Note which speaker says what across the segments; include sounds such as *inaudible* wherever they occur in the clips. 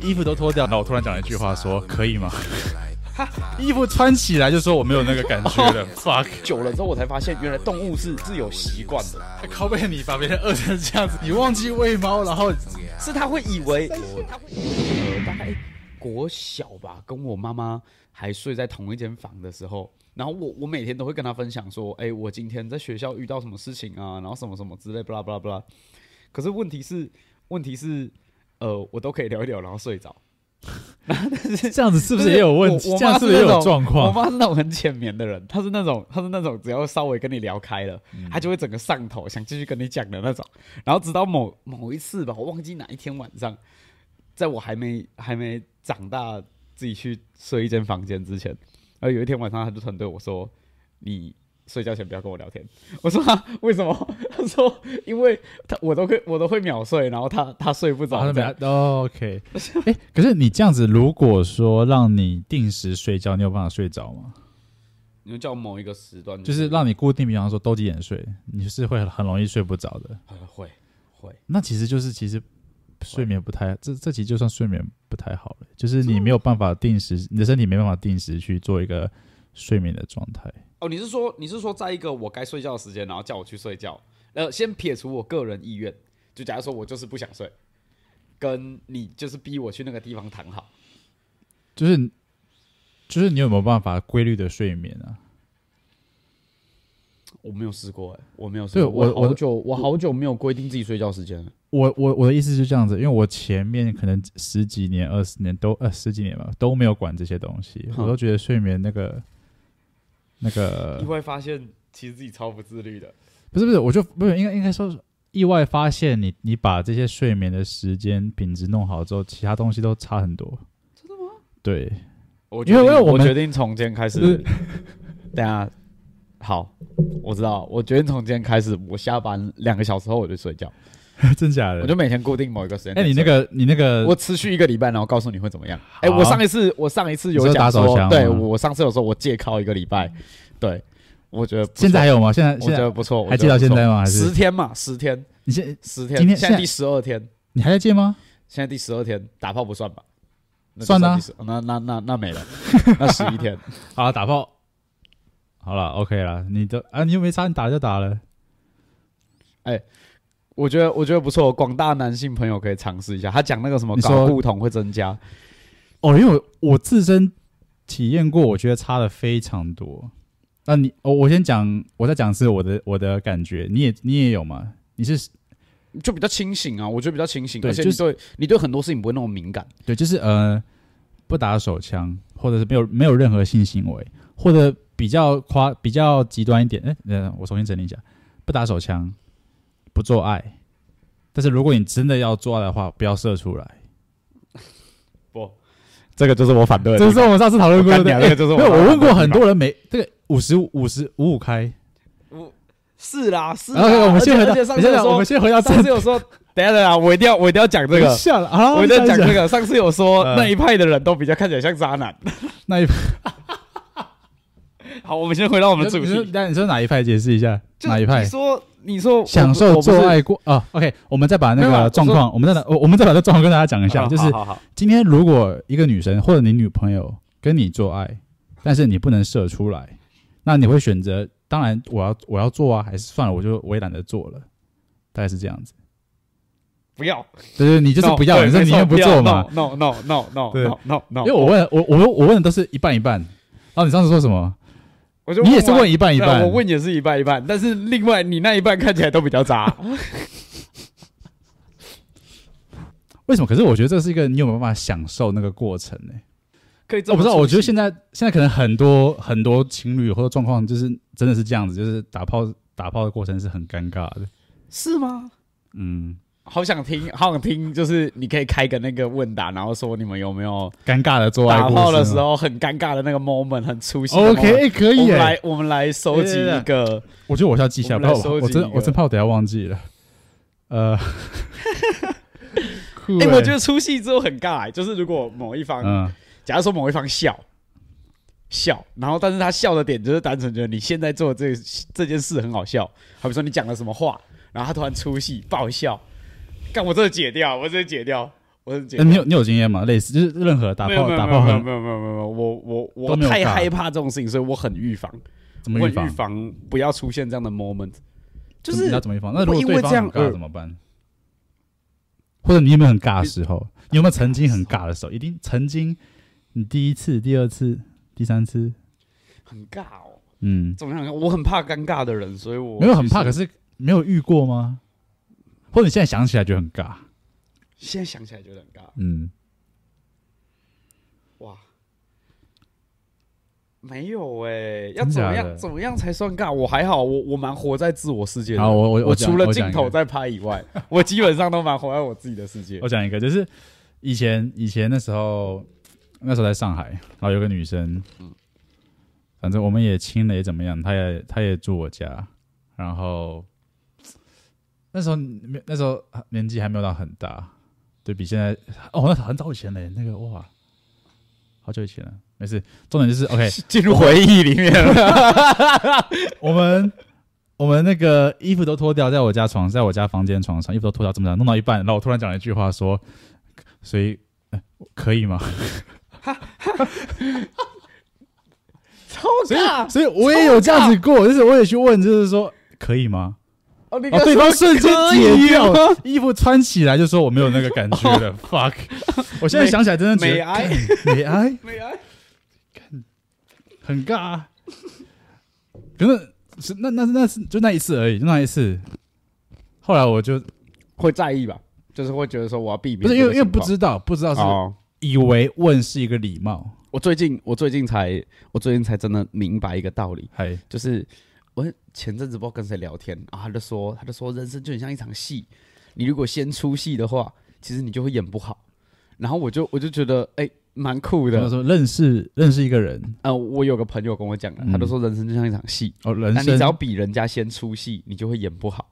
Speaker 1: 衣服都脱掉，然后我突然讲了一句话说，可 *laughs* 以吗？衣服穿起来就说我没有那个感觉 *laughs* 了，fuck！
Speaker 2: 久了之后我才发现，原来动物是是有习惯的，
Speaker 1: 哎靠背你把别人饿成这样子，你忘记喂猫，然后
Speaker 2: 是它会以 *laughs* 为。呃大概国小吧，跟我妈妈还睡在同一间房的时候，然后我我每天都会跟她分享说，哎、我今天在学校遇到什么事情啊，然后什么什么之类，巴拉巴拉巴拉。可是问题是，问题是，呃，我都可以聊一聊，然后睡着。
Speaker 1: *laughs* 这样子是不是也有问题？
Speaker 2: 我我
Speaker 1: 这样
Speaker 2: 妈
Speaker 1: 是不是也
Speaker 2: 那
Speaker 1: 有
Speaker 2: 种
Speaker 1: 状
Speaker 2: 我
Speaker 1: 况？
Speaker 2: 妈是那种很浅眠的人，她是那种，她是那种只要稍微跟你聊开了，
Speaker 1: 嗯
Speaker 2: 她就会整个上头，想继续跟你讲的那种。然后直到某某一次吧，我忘记哪一天晚上，在我还没还没长大自己去睡一间房间之前，然后有一天晚上，她就突然对我说：“你。”睡觉前不要跟我聊天。我说、啊、为什么？ *laughs* 她说因为她我都会我都会秒睡，然后她她睡不
Speaker 1: 啊
Speaker 2: 着
Speaker 1: 那
Speaker 2: 这
Speaker 1: 没
Speaker 2: 样。
Speaker 1: 哦 OK，哎、可是你这样子，如果说让你定时睡觉，你有办法睡着吗？
Speaker 2: 你就叫某一个时段，
Speaker 1: 就是让你固定，比方说都几点睡，你是会很容易睡不着的。
Speaker 2: 呃会会
Speaker 1: 那其实就是其实睡眠不太，这这其实就算睡眠不太好了，就是你没有办法定时，你的身体没办法定时去做一个睡眠的状态。
Speaker 2: 哦，你是说你是说在一个我该睡觉的时间，然后叫我去睡觉？呃，先撇除我个人意愿，就假如说我就是不想睡，跟你就是逼我去那个地方躺好。
Speaker 1: 就是就是你有没有办法规律的睡眠啊？
Speaker 2: 我没有试过哎、我没有试
Speaker 1: 对
Speaker 2: 过。
Speaker 1: 我我
Speaker 2: 好久我好久没有规定自己睡觉时间了。
Speaker 1: 我我我的意思是这样子，因为我前面可能十几年、二十年都呃十几年吧都没有管这些东西，
Speaker 2: 哼
Speaker 1: 我都觉得睡眠那个那
Speaker 2: 意
Speaker 1: 个
Speaker 2: 外发现其实自己超不自律的。
Speaker 1: 不是不是，我就不是应该应该说意外发现你你把这些睡眠的时间品质弄好之后，其他东西都差很多。真的吗？对， *laughs*
Speaker 2: 我
Speaker 1: 因为
Speaker 2: 决定
Speaker 1: 因为我
Speaker 2: 我
Speaker 1: 们呃
Speaker 2: 决定从今天开始
Speaker 1: 不是，
Speaker 2: 等一下好，我知道，我决定从今天开始，我下班两个小时后我就睡觉，
Speaker 1: 真假
Speaker 2: 我
Speaker 1: 的
Speaker 2: 就？每天固定某一个时间
Speaker 1: 哎、
Speaker 2: 点睡。
Speaker 1: 你那个你那个
Speaker 2: 我持续一个礼拜，然后告诉你会怎么样。哎、
Speaker 1: 好
Speaker 2: 我上一次我上一次有
Speaker 1: 你说
Speaker 2: 讲
Speaker 1: 打手
Speaker 2: 说，
Speaker 1: 枪吗
Speaker 2: 对我上次有说我戒靠一个礼拜，对我觉得不错
Speaker 1: 现在还有吗？现在
Speaker 2: 我
Speaker 1: 现
Speaker 2: 觉
Speaker 1: 在
Speaker 2: 得不错，
Speaker 1: 还记到现在
Speaker 2: 吗？
Speaker 1: 吗？还
Speaker 2: 十
Speaker 1: 是
Speaker 2: 天嘛，十天，
Speaker 1: 你现
Speaker 2: 十天，
Speaker 1: 今天
Speaker 2: 现
Speaker 1: 现
Speaker 2: 在
Speaker 1: 在
Speaker 2: 第十二天，
Speaker 1: 你还在戒吗？
Speaker 2: 现在第十二天打炮不算吧？那就
Speaker 1: 算啊
Speaker 2: 第十那那那那
Speaker 1: *laughs*
Speaker 2: 没了，那十一天。
Speaker 1: 好啦打炮，好了，OK 了，你的啊，你又没差，你打就打了。
Speaker 2: 我觉得我觉得不错，广大男性朋友可以尝试一下。他讲那个什么
Speaker 1: 你说
Speaker 2: 睾固酮会增加，
Speaker 1: 哦，因为我我自身体验过，我觉得差的非常多。那你，哦，我先讲，我再讲是我的我的感觉，你也你也有吗？你是
Speaker 2: 就比较清醒啊。我觉得比较清醒，
Speaker 1: 对
Speaker 2: 而且
Speaker 1: 就
Speaker 2: 你
Speaker 1: 是
Speaker 2: 对你对很多事情不会那么敏感。
Speaker 1: 对，就是呃，不打手枪，或者是没有没有任何性行为，或者比较夸比较极端一点，哎、呃，我重新整理一下，不打手枪，不做爱，但是如果你真的要做爱的话，不要射出来。
Speaker 2: 不，这个就是我反对的地
Speaker 1: 这
Speaker 2: 方。
Speaker 1: 是我们上次讨论过
Speaker 2: 我
Speaker 1: 的，
Speaker 2: 干你啊
Speaker 1: 对
Speaker 2: 这个就是我
Speaker 1: 没有，我问过很
Speaker 2: 讨
Speaker 1: 多人没这个五十五十五五开。
Speaker 2: 是啦，是啦。
Speaker 1: 然啊后我们
Speaker 2: 而且
Speaker 1: 先回到，
Speaker 2: 而且
Speaker 1: 等
Speaker 2: 上
Speaker 1: 一
Speaker 2: 次有
Speaker 1: 下，我
Speaker 2: 说，
Speaker 1: 们先回到正
Speaker 2: 上次有说，等一下等一下，我一定要我一定要讲这个，
Speaker 1: 下了啊，
Speaker 2: 我一定要讲这个。上次有说
Speaker 1: 嗯
Speaker 2: 那一派的人都比较看起来像渣男。
Speaker 1: 那一派，
Speaker 2: *laughs* 好，我们先回到我
Speaker 1: 我
Speaker 2: 们的主题，
Speaker 1: 那你说哪一派？解释一下
Speaker 2: 就
Speaker 1: 哪一派
Speaker 2: 你？说你说我不
Speaker 1: 享受做，
Speaker 2: 我
Speaker 1: 爱过啊？OK，我们再把那
Speaker 2: 没有啊
Speaker 1: 个
Speaker 2: 我
Speaker 1: 状
Speaker 2: 说
Speaker 1: 况，我们再拿我我们再把这状况跟大家讲
Speaker 2: 不
Speaker 1: 一
Speaker 2: 是
Speaker 1: 下。就是
Speaker 2: 啊好好好好
Speaker 1: 今天如果一个女生或者你女朋友跟你做爱，但是你不能射出来，那你会选择？当然，我要我要做啊，还是算了，我就我也懒得做了，大概是这样子。
Speaker 2: 不要，
Speaker 1: 对对，你就是
Speaker 2: No，
Speaker 1: 不要，
Speaker 2: 哦对
Speaker 1: 你是
Speaker 2: 没
Speaker 1: 宁
Speaker 2: 错
Speaker 1: 愿不
Speaker 2: 要哦
Speaker 1: 做嘛。
Speaker 2: ？No no no no
Speaker 1: 对
Speaker 2: no no no，
Speaker 1: 因为我问我我我问的都是一半一半。然后你上次说什么？
Speaker 2: 我就
Speaker 1: 你也是
Speaker 2: 完
Speaker 1: 问一半一
Speaker 2: 对啊
Speaker 1: 半。
Speaker 2: 我问也是一半一半，但是另外你那一半看起来都比较
Speaker 1: *laughs*
Speaker 2: 渣。
Speaker 1: 为什么？可是我觉得这是一个你有没有办法享受那个过程呢、
Speaker 2: 可以这
Speaker 1: 我
Speaker 2: 么
Speaker 1: 不知道，
Speaker 2: 出
Speaker 1: 我觉得
Speaker 2: 戏
Speaker 1: 现在现在可能很多很多情侣或者状况就是真的是这样子，就是打炮打炮的过程是很尴尬的。
Speaker 2: 是吗？
Speaker 1: 嗯，
Speaker 2: 好想听，好想听，就是你可以开个那个问答，然后说你们有没有
Speaker 1: 尴尬的做爱
Speaker 2: 打
Speaker 1: 过
Speaker 2: 炮的时
Speaker 1: 是吗
Speaker 2: 候很尴尬的那个 moment，很出戏的 moment。
Speaker 1: ，OK，哎、可
Speaker 2: 我
Speaker 1: 以、
Speaker 2: 们
Speaker 1: 欸。
Speaker 2: 来我们来收集一个，
Speaker 1: 我觉得我是要记下，
Speaker 2: 我
Speaker 1: 不
Speaker 2: 们来
Speaker 1: 然我
Speaker 2: 收集
Speaker 1: 我真
Speaker 2: 一个
Speaker 1: 我真怕我等一下忘记了。呃，酷
Speaker 2: *laughs* 哎、
Speaker 1: 欸
Speaker 2: 我觉得出戏之后很尬、欸，就是如果某一方，
Speaker 1: 嗯，
Speaker 2: 假如说某一方笑笑，然后但是他笑的点就是单纯觉得你现在做的这这件事很好笑，好比说你讲了什么话，然后他突然出戏爆笑，干我真的解掉，我真的解掉，我很紧
Speaker 1: 哎那你有你有经验吗？类似就是任何打
Speaker 2: 没有
Speaker 1: 炮
Speaker 2: 没有
Speaker 1: 打炮
Speaker 2: 没有
Speaker 1: 很
Speaker 2: 没有没有没有没有，我我我
Speaker 1: 都没有
Speaker 2: 太
Speaker 1: 尬
Speaker 2: 害怕这种事情，所以我很预防，
Speaker 1: 怎
Speaker 2: 我
Speaker 1: 么
Speaker 2: 很
Speaker 1: 预防
Speaker 2: 预？防不要出现这样的 moment，就
Speaker 1: 你
Speaker 2: 是
Speaker 1: 要怎么预防？那如果
Speaker 2: 因为
Speaker 1: 对方
Speaker 2: 这样
Speaker 1: 很尬
Speaker 2: 而
Speaker 1: 怎么办？或者你有没有很尬的时候？你有没有曾经很尬的时候？一定曾经，你第一次、第二次、第三次，
Speaker 2: 很尬哦。
Speaker 1: 嗯，
Speaker 2: 怎么样？我很怕尴尬的人，所以我
Speaker 1: 没有很怕，
Speaker 2: 其
Speaker 1: 可
Speaker 2: 实
Speaker 1: 是没有遇过吗？或者你现在想起来就很尬，
Speaker 2: 现在想起来觉得很尬。
Speaker 1: 嗯，
Speaker 2: 哇，没有哎、要
Speaker 1: 真
Speaker 2: 怎么
Speaker 1: 假
Speaker 2: 样
Speaker 1: 的
Speaker 2: 怎么样才算尬？我还好，我我蛮活在自我世界的。
Speaker 1: 好，我我
Speaker 2: 我
Speaker 1: 讲
Speaker 2: 除了
Speaker 1: 我讲
Speaker 2: 镜
Speaker 1: 一
Speaker 2: 头
Speaker 1: 个
Speaker 2: 在拍以外， *laughs* 我基本上都蛮活在我自己的世
Speaker 1: *laughs*
Speaker 2: 界。
Speaker 1: 我讲一个，就是以前以前那时候，那时候在上海，然后有个女生，反正我们也亲了，也怎么样，她也她也住我家，然后那时候没那时候年纪还没有到很大，对比现在哦，那很早以前嘞，那个哇，好久以前了，没事，重点就是
Speaker 2: *laughs*
Speaker 1: OK，
Speaker 2: 进入回忆里面了。
Speaker 1: 我们我们那个衣服都脱掉，在我家床，在我家房间床上，衣服都脱掉，这么长，弄到一半，然后我突然讲了一句话说，所以、呃可以吗？
Speaker 2: 超
Speaker 1: 所以
Speaker 2: 尬
Speaker 1: 所以我也有这样子过，就是我也去问，就是说可以吗？
Speaker 2: 哦！你
Speaker 1: 然后对方瞬间解掉，衣服穿起来就说我没有那个感觉了。fuck！我现在想起来真的觉
Speaker 2: 美
Speaker 1: 得
Speaker 2: 哀
Speaker 1: 美哀
Speaker 2: 美哀，
Speaker 1: 很尬、啊，可是是那那那是就那一次而已，就那一次。后来我就
Speaker 2: 会在意吧？就是会觉得说我要避免
Speaker 1: 不
Speaker 2: 这
Speaker 1: 是
Speaker 2: 个情况，
Speaker 1: 因为因为不知道不知道是
Speaker 2: 哦。
Speaker 1: 以为问是一个礼貌，
Speaker 2: 我最近我最近才我最近才真的明白一个道理，
Speaker 1: 还
Speaker 2: 就是我前阵子不知道跟谁聊天啊，他就说他就说人生就很像一场戏，你如果先出戏的话，其实你就会演不好。然后我就我就觉得哎，蛮、酷
Speaker 1: 比方
Speaker 2: 的。
Speaker 1: 说认识认识一个人
Speaker 2: 呃，我有个朋友跟我讲的，他就说人生就像一场戏，
Speaker 1: 哦，嗯人
Speaker 2: 那你
Speaker 1: 生
Speaker 2: 只要比人家先出戏，你就会演不好。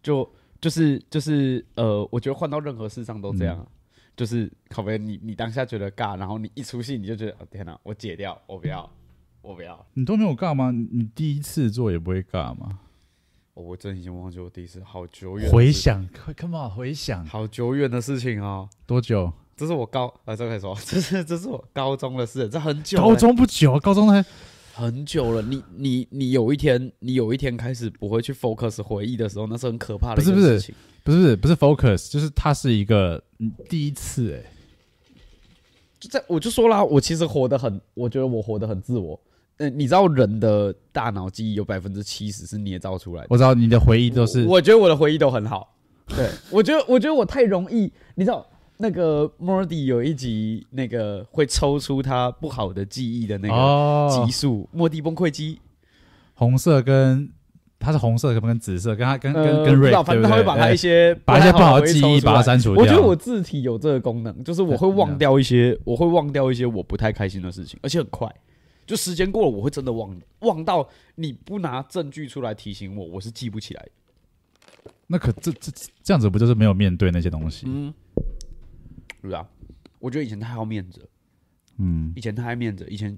Speaker 2: 就就是就是呃，我觉得换到任何事上都这
Speaker 1: 嗯
Speaker 2: 样啊。就是考威，你你当下觉得尬，然后你一出戏你就觉得、哦、天哪，我解掉，我不要，我不要，
Speaker 1: 你都没有尬吗？你你第一次做也不会尬吗？
Speaker 2: 哦我真的已经忘记我第一次，好久远的
Speaker 1: 回
Speaker 2: 事情，
Speaker 1: 想快，come on，回想
Speaker 2: 好久远的事情哦。
Speaker 1: 多久？
Speaker 2: 这是我高啊，这可以说，这是这是我高中的事，这很久了，
Speaker 1: 高中不久，啊高中还
Speaker 2: 很久了。你你你有一天，你有一天开始不会去 focus 回忆的时候，那是很可怕的
Speaker 1: 不
Speaker 2: 一
Speaker 1: 是
Speaker 2: 件
Speaker 1: 不是
Speaker 2: 事情。
Speaker 1: 不是不是不是 focus，就是它是一个嗯第一次哎、
Speaker 2: 就在我就说啦，我其实活得很，我觉得我活得很自我。嗯、你知道人的大脑记忆有百分之七十是捏造出来的。
Speaker 1: 我知道你的回忆都是
Speaker 2: 我我觉得我的回忆都很好。对，我觉得我觉得我太容易，你知道那个 Mordy 有一集那个会抽出他不好的记忆的那个
Speaker 1: 哦
Speaker 2: 集，数，莫蒂崩溃机，
Speaker 1: 红色跟它是红色跟跟紫色，跟它跟跟、
Speaker 2: 呃
Speaker 1: 跟
Speaker 2: 不知
Speaker 1: Ray
Speaker 2: 道反
Speaker 1: 对
Speaker 2: 正
Speaker 1: 不
Speaker 2: 他会
Speaker 1: 对？
Speaker 2: 把他
Speaker 1: 哎
Speaker 2: 一些
Speaker 1: 把一些不好的
Speaker 2: 回忆
Speaker 1: 记
Speaker 2: 抽
Speaker 1: 忆
Speaker 2: 出
Speaker 1: 把它
Speaker 2: 来
Speaker 1: 删除掉。
Speaker 2: 我觉得我字体有这个功能，就是我会忘掉一些，我会忘掉一些我不太开心的事情，而且很快，就时间过了，我会真的忘忘到你不拿证据出来提醒我，我是记不起来的。
Speaker 1: 那可这这这样子不就是没有面对那些东西？
Speaker 2: 嗯，是啊，我觉得以前太好面子了，
Speaker 1: 嗯，
Speaker 2: 以前太爱面子，以前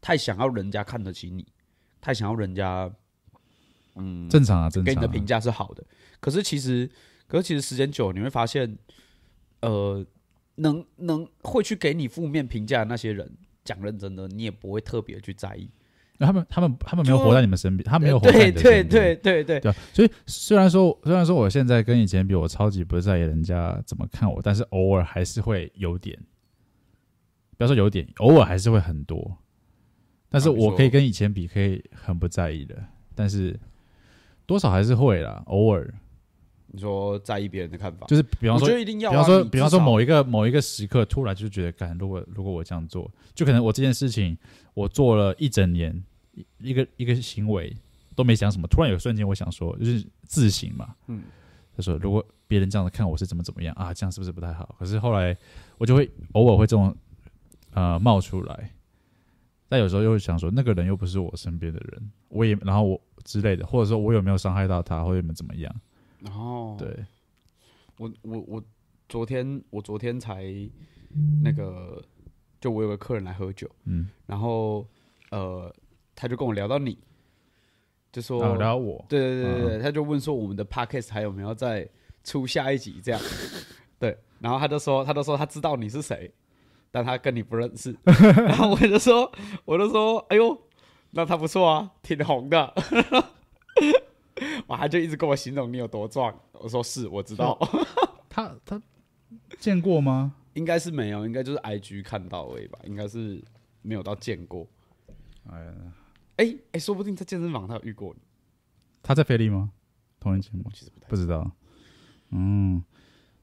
Speaker 2: 太想要人家看得起你，太想要人家
Speaker 1: 正常啊，正
Speaker 2: 给
Speaker 1: 常、啊。
Speaker 2: 你的评价是好的。可是其实，可是其实时间久了，你会发现，呃，能能会去给你负面评价的那些人，讲认真的，你也不会特别去在意。
Speaker 1: 他们他们他们没有
Speaker 2: 就
Speaker 1: 活在你们身边，他没有活在
Speaker 2: 对
Speaker 1: 你的身
Speaker 2: 对
Speaker 1: 边。
Speaker 2: 对对对，
Speaker 1: 对啊，所以虽然说虽然说我现在跟以前比，我超级不在意人家怎么看我，但是偶尔还是会有点，不要说有点，偶尔还是会很多。但是
Speaker 2: 好你
Speaker 1: 我
Speaker 2: 说
Speaker 1: 可以跟以前比，可以很不在意的，但是多少还是会啦，偶尔
Speaker 2: 你说在意别人的看法，
Speaker 1: 就是比方
Speaker 2: 我
Speaker 1: 说
Speaker 2: 觉得一定要、啊。
Speaker 1: 比方说，
Speaker 2: 你
Speaker 1: 比方说
Speaker 2: 至少
Speaker 1: 某一个某一个时刻，突然就觉得，干，如果如果我这样做，就可能我这件事情我做了一整年，一一个一个行为都没想什么，突然有瞬间我想说，就是自省嘛，嗯
Speaker 2: 嗯，
Speaker 1: 他说如果别人这样子看我是怎么怎么样啊，这样是不是不太好？可是后来我就会偶尔会这种呃冒出来，但有时候又会想说，那个人又不是我身边的人，我也然后我之类的，或者说我有没有伤害到他，或者有没有怎么样？
Speaker 2: 哦，
Speaker 1: 对，
Speaker 2: 我我我昨天我昨天才那个，就我有个客人来喝酒，
Speaker 1: 嗯，
Speaker 2: 然后呃，他就跟我聊到你，就说，
Speaker 1: 啊然后我
Speaker 2: 啊对对对对，对他就问说我们的 podcast 还有没有在出下一集这样。 *laughs* 对，然后他就说，他就说他知道你是谁，但他跟你不认 *laughs* 识。然后我就说，我就说，哎呦，那他不错啊，挺红的。 *laughs* 哇，他就一直跟我形容你有多壮。我说是，我知道，
Speaker 1: 他他见过吗？
Speaker 2: 应该是没有，应该就是 IG 看到而已吧，应该是没有到见过。
Speaker 1: 哎，
Speaker 2: 哎、哎、说不定在健身房他有遇过你，
Speaker 1: 他在菲力吗？同人节目
Speaker 2: 我其实不太
Speaker 1: 不知道。嗯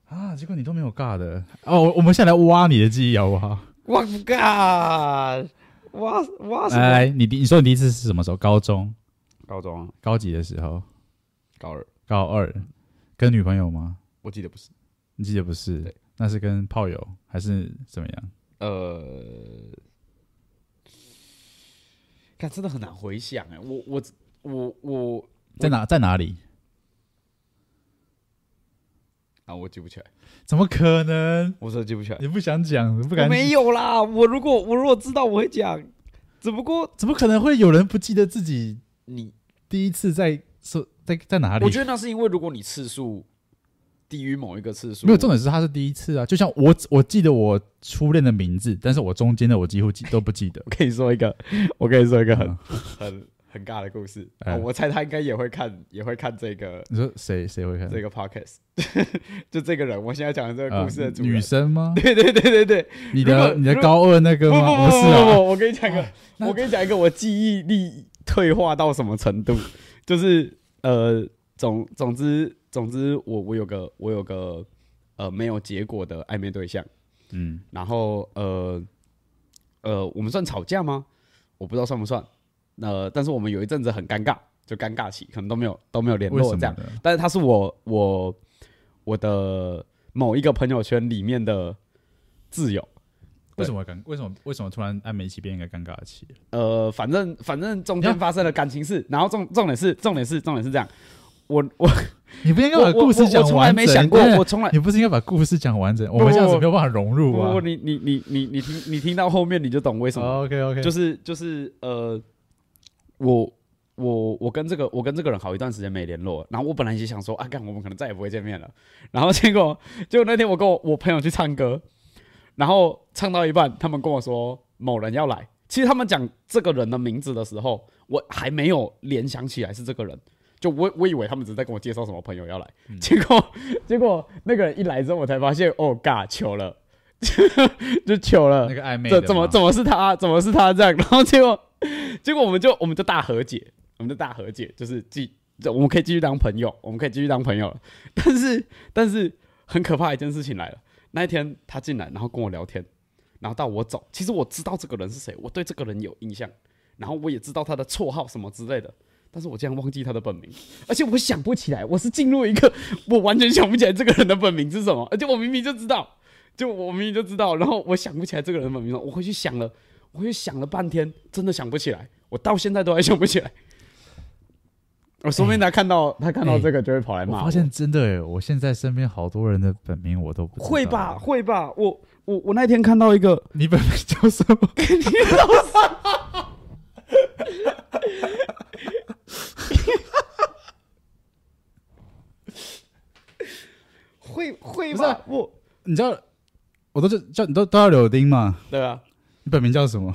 Speaker 1: 啊，结果你都没有尬的哦。我我们现在来挖你的记忆好不好？
Speaker 2: 哇不干，哇哇什
Speaker 1: 来
Speaker 2: 么？
Speaker 1: 来，哎你第你说你第一次是什么时候？高中
Speaker 2: 高中、啊、
Speaker 1: 高几的时候？
Speaker 2: 高二，
Speaker 1: 高二跟女朋友吗？
Speaker 2: 我记得不是，
Speaker 1: 你记得不是
Speaker 2: 对？
Speaker 1: 那是跟炮友还是怎么样？
Speaker 2: 呃，看真的很难回想哎，我我我我
Speaker 1: 在哪在哪里？
Speaker 2: 啊，我记不起来，
Speaker 1: 怎么可能？
Speaker 2: 我真的记不起来，
Speaker 1: 你不想讲，不
Speaker 2: 不
Speaker 1: 敢，
Speaker 2: 没有啦，我如果我如果知道我会讲，只不过
Speaker 1: 怎么可能会有人不记得自己
Speaker 2: 你，
Speaker 1: 第一次在是在在哪里？
Speaker 2: 我觉得那是因为如果你次数低于某一个次数，。
Speaker 1: 没有重点是他是第一次啊，就像我我记得我初恋的名字，但是我中间的我几乎记都不记得 *laughs*
Speaker 2: 我跟你说一个，我跟你说一个很、
Speaker 1: 嗯
Speaker 2: 很很尬的故事、
Speaker 1: 哎
Speaker 2: 哦我猜他应该也会看，也会看这个
Speaker 1: 你说谁谁会看？
Speaker 2: 这个 podcast，就这个人，我现在讲的这个
Speaker 1: 呃
Speaker 2: 故事的主人，
Speaker 1: 女生吗？
Speaker 2: *laughs* 对对对对对，
Speaker 1: 你
Speaker 2: 如
Speaker 1: 的
Speaker 2: 果
Speaker 1: 你的
Speaker 2: 如果
Speaker 1: 高二那个
Speaker 2: 不不
Speaker 1: 吗？
Speaker 2: 不
Speaker 1: 是
Speaker 2: 不
Speaker 1: 啊，
Speaker 2: 不，我跟你讲一个，
Speaker 1: *laughs* 那
Speaker 2: 我跟你讲一个，我记忆力退化到什么程度？就是呃，总总之总之，我我有个我有个呃没有结果的暧昧对象，
Speaker 1: 嗯，
Speaker 2: 然后呃呃，我们算吵架吗？我不知道算不算。呃，但是我们有一阵子很尴尬，就尴尬期，可能都没有都没有联
Speaker 1: 为
Speaker 2: 络
Speaker 1: 什
Speaker 2: 这样。
Speaker 1: 么的？
Speaker 2: 但是他是我我我的某一个朋友圈里面的挚友。
Speaker 1: 为什么尴？为什么为什么突然暧昧期变一个尴尬期？
Speaker 2: 呃，反正反正中
Speaker 1: 你
Speaker 2: 间发生了感情事，然后重重点是重点是重点是这样，我
Speaker 1: *laughs*
Speaker 2: 我
Speaker 1: 你不应该
Speaker 2: 我
Speaker 1: 把
Speaker 2: 我
Speaker 1: 故事讲
Speaker 2: 我从来
Speaker 1: 完
Speaker 2: 没
Speaker 1: 整
Speaker 2: 想过
Speaker 1: 对，
Speaker 2: 我从来
Speaker 1: 你不是应该把故事讲完整？我们这样子没有办法融入啊哦
Speaker 2: 不。你你你你你听你听到后面你就懂为什么，
Speaker 1: OK OK，
Speaker 2: 就是就是呃，我我我跟这个我跟这个人好一段时间没联络，然后我本来也想说啊，干我们可能再也不会见面了，然后结果结果那天我跟我我朋友去唱歌，然后唱到一半，他们跟我说某人要来，其实他们讲这个人的名字的时候，我还没有联想起来是这个人。就我我以为他们只是在跟我介绍什么朋友要来，结果结果那个人一来之后，我才发现哦，尬糗了， *laughs* 就糗了。
Speaker 1: 那个暧昧的
Speaker 2: 这
Speaker 1: 嘛
Speaker 2: 怎么怎么是他？怎么是他这样？ *laughs* 然后结果结果我们就我们就大和解，我们就大和解，就是继就我们可以继续当朋友，我们可以继续当朋友了。 *laughs* 但是但是很可怕的一件事情来了，那一天他进来，然后跟我聊天，然后到我走，其实我知道这个人是谁，我对这个人有印象，然后我也知道他的绰号什么之类的。但是我竟然忘记他的本名，而且我想不起来，我是进入一个我完全想不起来这个人的本名是什么，而且我明明就知道，就我明明就知道，然后我想不起来这个人的本名，我回去想了，我回去想了半天，真的想不起来，我到现在都还想不起来。 *laughs* 我说不定他看到、他看到这个就会跑来
Speaker 1: 我
Speaker 2: 骂
Speaker 1: 发现真的耶，我现在身边好多人的本名我都不知道
Speaker 2: 会吧？会吧？我我我那天看到一个，
Speaker 1: 你本名叫什么？
Speaker 2: 会会
Speaker 1: 不是
Speaker 2: 吧？
Speaker 1: 啊
Speaker 2: 我
Speaker 1: 你知道，我都叫叫你都都叫柳丁嘛？
Speaker 2: 对啊，
Speaker 1: 你本名叫什么？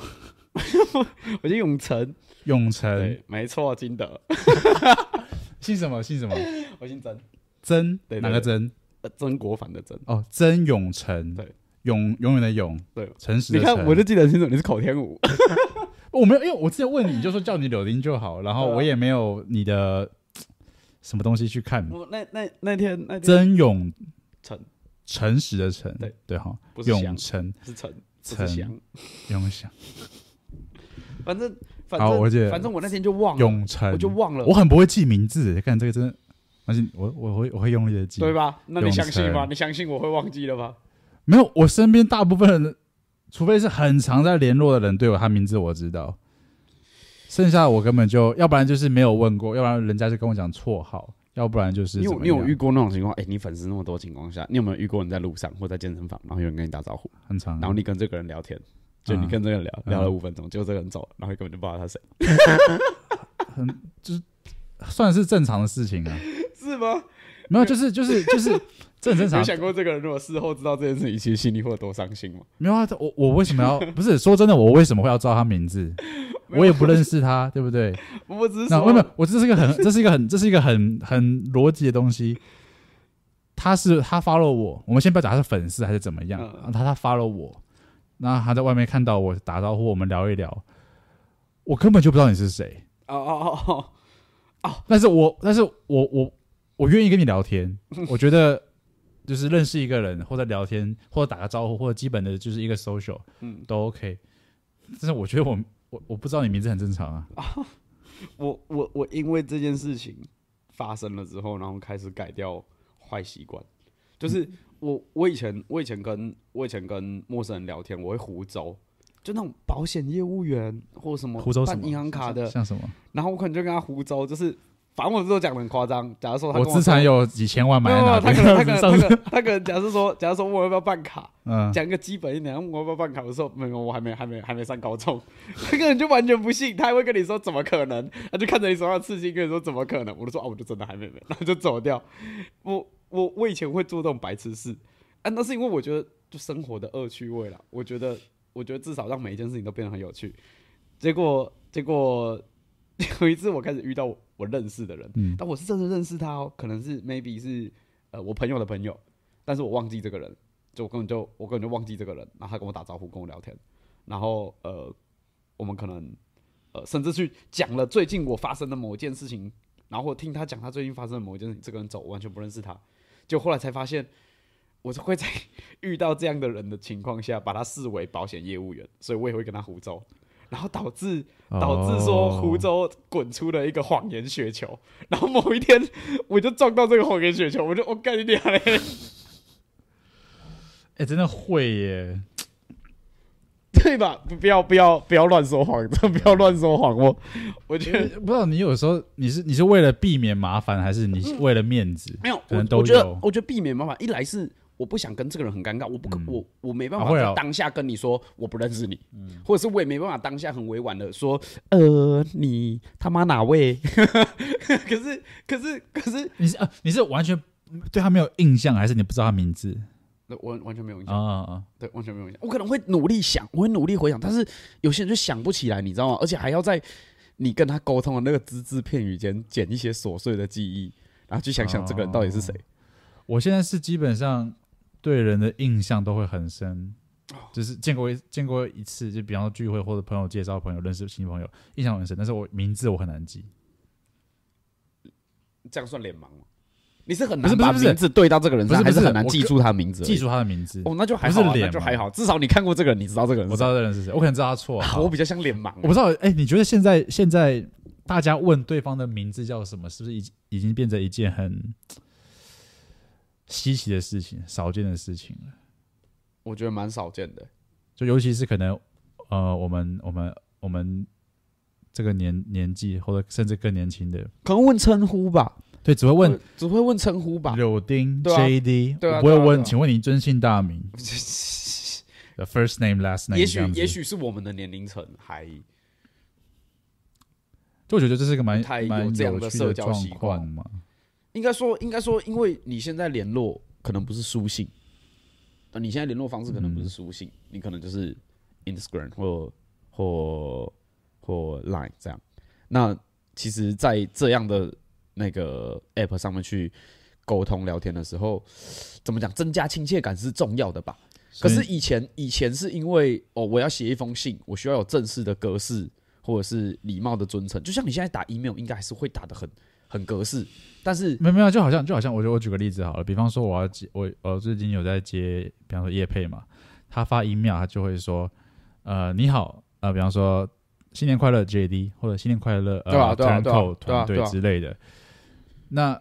Speaker 2: 我就永成，
Speaker 1: 永成，
Speaker 2: 对，没错，金德， *laughs*
Speaker 1: 姓什么？姓什么？
Speaker 2: 我姓曾，
Speaker 1: 曾
Speaker 2: 对对
Speaker 1: 哪个曾？
Speaker 2: 呃曾国藩的曾。
Speaker 1: 哦，曾永成，
Speaker 2: 对，
Speaker 1: 永永远的永，
Speaker 2: 对
Speaker 1: 诚实
Speaker 2: 你
Speaker 1: 的
Speaker 2: 看，
Speaker 1: 诚
Speaker 2: 我就记得很清楚，你是口天吴，
Speaker 1: 我没有，因为我之前问你，你就说叫你柳丁就好，然后
Speaker 2: 对啊
Speaker 1: 我也没有你的什么东西去看。
Speaker 2: *laughs* 我那那那天那天
Speaker 1: 嗯曾永
Speaker 2: 陈
Speaker 1: 诚实的诚，
Speaker 2: 对
Speaker 1: 对哈，
Speaker 2: 不是
Speaker 1: 永
Speaker 2: 翔
Speaker 1: 成
Speaker 2: 是陈，不
Speaker 1: 陈
Speaker 2: 是翔，
Speaker 1: 永祥
Speaker 2: 反正反
Speaker 1: 好
Speaker 2: 正
Speaker 1: 我记得
Speaker 2: 反正我那天就忘了，
Speaker 1: 永成，
Speaker 2: 啊我就忘了
Speaker 1: 我，很不会记名字，看这个真的，而且我我会我会用力的记。
Speaker 2: 对吧？那你
Speaker 1: 永
Speaker 2: 相信吗？
Speaker 1: 成
Speaker 2: 你相信我会忘记了吗？
Speaker 1: 没有，我身边大部分人，除非是很常在联络的人对我，他名字我知道，剩下我根本就，要不然就是没有问过，要不然人家就跟我讲绰号，要不然就是
Speaker 2: 你有
Speaker 1: 怎么
Speaker 2: 你有
Speaker 1: 样
Speaker 2: 遇过那种情况？哎，你粉丝那么多情况下，你有没有遇过你在路上或在健身房，然后有人跟你打招呼，
Speaker 1: 很常，
Speaker 2: 然后你跟这个人聊天，就你
Speaker 1: 嗯
Speaker 2: 跟这个人聊
Speaker 1: 嗯
Speaker 2: 聊了五分钟，结果这个人走了，然后你根本就不知道他是谁，
Speaker 1: 算是正常的事情啊。
Speaker 2: *laughs* 是吗？
Speaker 1: 没有，就是就是
Speaker 2: *laughs*
Speaker 1: 就是，这很正
Speaker 2: 有
Speaker 1: 常。
Speaker 2: 想过这个人如果事后知道这件事情，其实心里会有多伤心吗？
Speaker 1: 没有啊，我我为什么要？不是说真的，我为什么会要知道他名字？
Speaker 2: *laughs* 没有
Speaker 1: 我也不认识他，对不对？
Speaker 2: 我 *laughs* 只是
Speaker 1: 那
Speaker 2: 说，
Speaker 1: 没有没有，我这是一
Speaker 2: *laughs*
Speaker 1: 个很，这是一个很，这是一个很很逻辑的东西。他是他 follow 我，我们先不要讲他是粉丝还是怎么样，
Speaker 2: 嗯
Speaker 1: 他他 follow 我，那他在外面看到我打招呼，我们聊一聊，我根本就不知道你是谁，
Speaker 2: 哦哦哦哦，
Speaker 1: 但是我但是我我我愿意跟你
Speaker 2: *laughs*
Speaker 1: 聊天，我觉得就是认识一个人或者聊天或者打个招呼或者基本的就是一个 social
Speaker 2: 嗯，
Speaker 1: 都 OK，但是我觉得我我我不知道你名字很正常啊，
Speaker 2: 我我我因为这件事情发生了之后，然后开始改掉坏习惯，就是
Speaker 1: 嗯
Speaker 2: 我我以前我以前跟我以前跟陌生人聊天，我会胡诌，就那种保险业务员或什么
Speaker 1: 胡诌什
Speaker 2: 办
Speaker 1: 么
Speaker 2: 银行卡的，
Speaker 1: 像什么
Speaker 2: 然后我可能就跟他胡诌，就是反正我都讲的很夸张。假如说他
Speaker 1: 我
Speaker 2: 跟我
Speaker 1: 资产有几千万
Speaker 2: 没
Speaker 1: 买
Speaker 2: 有
Speaker 1: 在
Speaker 2: 没有
Speaker 1: 哪
Speaker 2: 他
Speaker 1: 边
Speaker 2: 可能他可能
Speaker 1: 上
Speaker 2: 他
Speaker 1: 次
Speaker 2: 可能他可能假设说，假如说我要不要办卡，
Speaker 1: 嗯，
Speaker 2: 讲一个基本一点，问我要不要办卡？我说没有，我还没还没还没上高中。 *laughs* 他个人就完全不信，他还会跟你说怎么可能？他就看着你手上的刺青，跟你说怎么可能？我就说啊，我就真的还没没，然后就走掉。我我我以前会做这种白痴事，啊，那是因为我觉得就生活的恶趣味了。我觉得我觉得至少让每一件事情都变得很有趣。结果结果 *laughs* 有一次我开始遇到我我认识的人，
Speaker 1: 嗯
Speaker 2: 但我是真的认识他哦，可能是 maybe 是呃我朋友的朋友，但是我忘记这个人，就我根本就我根本就忘记这个人，然后他跟我打招呼，跟我聊天，然后呃我们可能呃甚至去讲了最近我发生的某一件事情，然后我听他讲他最近发生的某一件事情，这个人走，我完全不认识他，就后来才发现。我是会在遇到这样的人的情况下，把他视为保险业务员，所以我也会跟他胡诌， *laughs* 然后导致 *laughs* 导致说湖
Speaker 1: 哦
Speaker 2: 州滚出了一个谎言雪球， *laughs* 然后某一天 *laughs* 我就撞到这个谎言雪球，我就我干你娘嘞！
Speaker 1: 哎、真的会耶！
Speaker 2: *laughs* 对吧？不不要不要不要乱说谎， *laughs* 真的不要乱说谎哦！我觉得
Speaker 1: 不知道你有时候你是你是为了避免麻烦，还是你为了面子？
Speaker 2: 没有，我
Speaker 1: 可能都
Speaker 2: 我觉得
Speaker 1: 有
Speaker 2: 我觉得避免麻烦，一来是我不想跟这个人很尴尬，我不跟、我我没办
Speaker 1: 啊
Speaker 2: 法
Speaker 1: 会
Speaker 2: 在
Speaker 1: 啊嗯
Speaker 2: 当下跟你说我不认识你，或者是我也没办法当下很委婉的说，呃，你他妈哪位？ *laughs* 可是可是可是，
Speaker 1: 你是啊，你是完全对他没有印象，还是你不知道他名字
Speaker 2: 那我完全没有印象
Speaker 1: 啊。啊？啊
Speaker 2: 对，完全没有影响。我可能会努力想，我会努力回想，但是有些人就想不起来，你知道吗？而且还要在你跟他沟通的那个只字片语间捡一些琐碎的记忆，然后去想想这个人到底是谁。
Speaker 1: 哦我现在是基本上对人的印象都会很深，
Speaker 2: 哦
Speaker 1: 就是见过一见过一次，就比方说聚会或者朋友介绍朋友认识新朋友，印象很深，但是我名字我很难记。
Speaker 2: 这样算脸盲吗？你是很
Speaker 1: 不是
Speaker 2: 难
Speaker 1: 不是
Speaker 2: 把
Speaker 1: 不是
Speaker 2: 名字对到这个人上，
Speaker 1: 不是不
Speaker 2: 还
Speaker 1: 是
Speaker 2: 很难
Speaker 1: 我
Speaker 2: 记
Speaker 1: 个
Speaker 2: 住他的名字而已？
Speaker 1: 记住他的名字，
Speaker 2: 哦，那就还
Speaker 1: 不
Speaker 2: 好
Speaker 1: 是
Speaker 2: 啊，那
Speaker 1: 脸
Speaker 2: 就
Speaker 1: 盲
Speaker 2: 还好，至少你看过这个人，你知道这个人
Speaker 1: 我
Speaker 2: 是
Speaker 1: 知
Speaker 2: 谁。
Speaker 1: 道这个人是谁，我可能知道他错。
Speaker 2: 啊我比较像脸盲
Speaker 1: 我，不知道，哎、你觉得现在现在大家问对方的名字叫什么，是不是已已经变成一件很稀奇的事情、少见的事情了？
Speaker 2: 我觉得蛮少见的。
Speaker 1: 就尤其是可能，呃，我们我们我们这个年年纪，或者甚至更年轻的，
Speaker 2: 可能问称呼吧，
Speaker 1: 对，只会问
Speaker 2: 我只会问称呼吧。
Speaker 1: 柳丁、
Speaker 2: 对啊
Speaker 1: JD，
Speaker 2: 对啊
Speaker 1: 我不会
Speaker 2: 对啊
Speaker 1: 问，
Speaker 2: 对啊
Speaker 1: 请问你尊姓大名
Speaker 2: *laughs*
Speaker 1: The？First name, last name，
Speaker 2: 也
Speaker 1: 这
Speaker 2: 许
Speaker 1: 样子
Speaker 2: 也，许是我们的年龄层还
Speaker 1: 就我觉得这是一个蛮
Speaker 2: 不太有
Speaker 1: 蛮
Speaker 2: 这样的
Speaker 1: 有趣
Speaker 2: 社交
Speaker 1: 状
Speaker 2: 习惯
Speaker 1: 况嘛。
Speaker 2: 应该说，应该说，因为你现在联络可能不是书信，呃，你现在联络方式可能不是书信，你可能就是 Instagram 或或或 Line 这样。那其实，在这样的那个 App 上面去沟通聊天的时候，怎么讲，增加亲切感是重要的吧？可
Speaker 1: 所以
Speaker 2: 是以前以前是因为哦，我要写一封信，我需要有正式的格式或者是礼貌的尊称，就像你现在打 email 应该还是会打的很很格式，但是
Speaker 1: 没有没有，就好像就好像，我觉得我举个例子好了，比方说我要接我我最近有在接，比方说叶佩嘛，他发 email 他就会说，呃你好，呃比方说新年快乐 JD 或者新年快乐呃
Speaker 2: 对啊对啊
Speaker 1: Tanko
Speaker 2: 对啊对啊
Speaker 1: 团队
Speaker 2: 对啊
Speaker 1: 之类的，那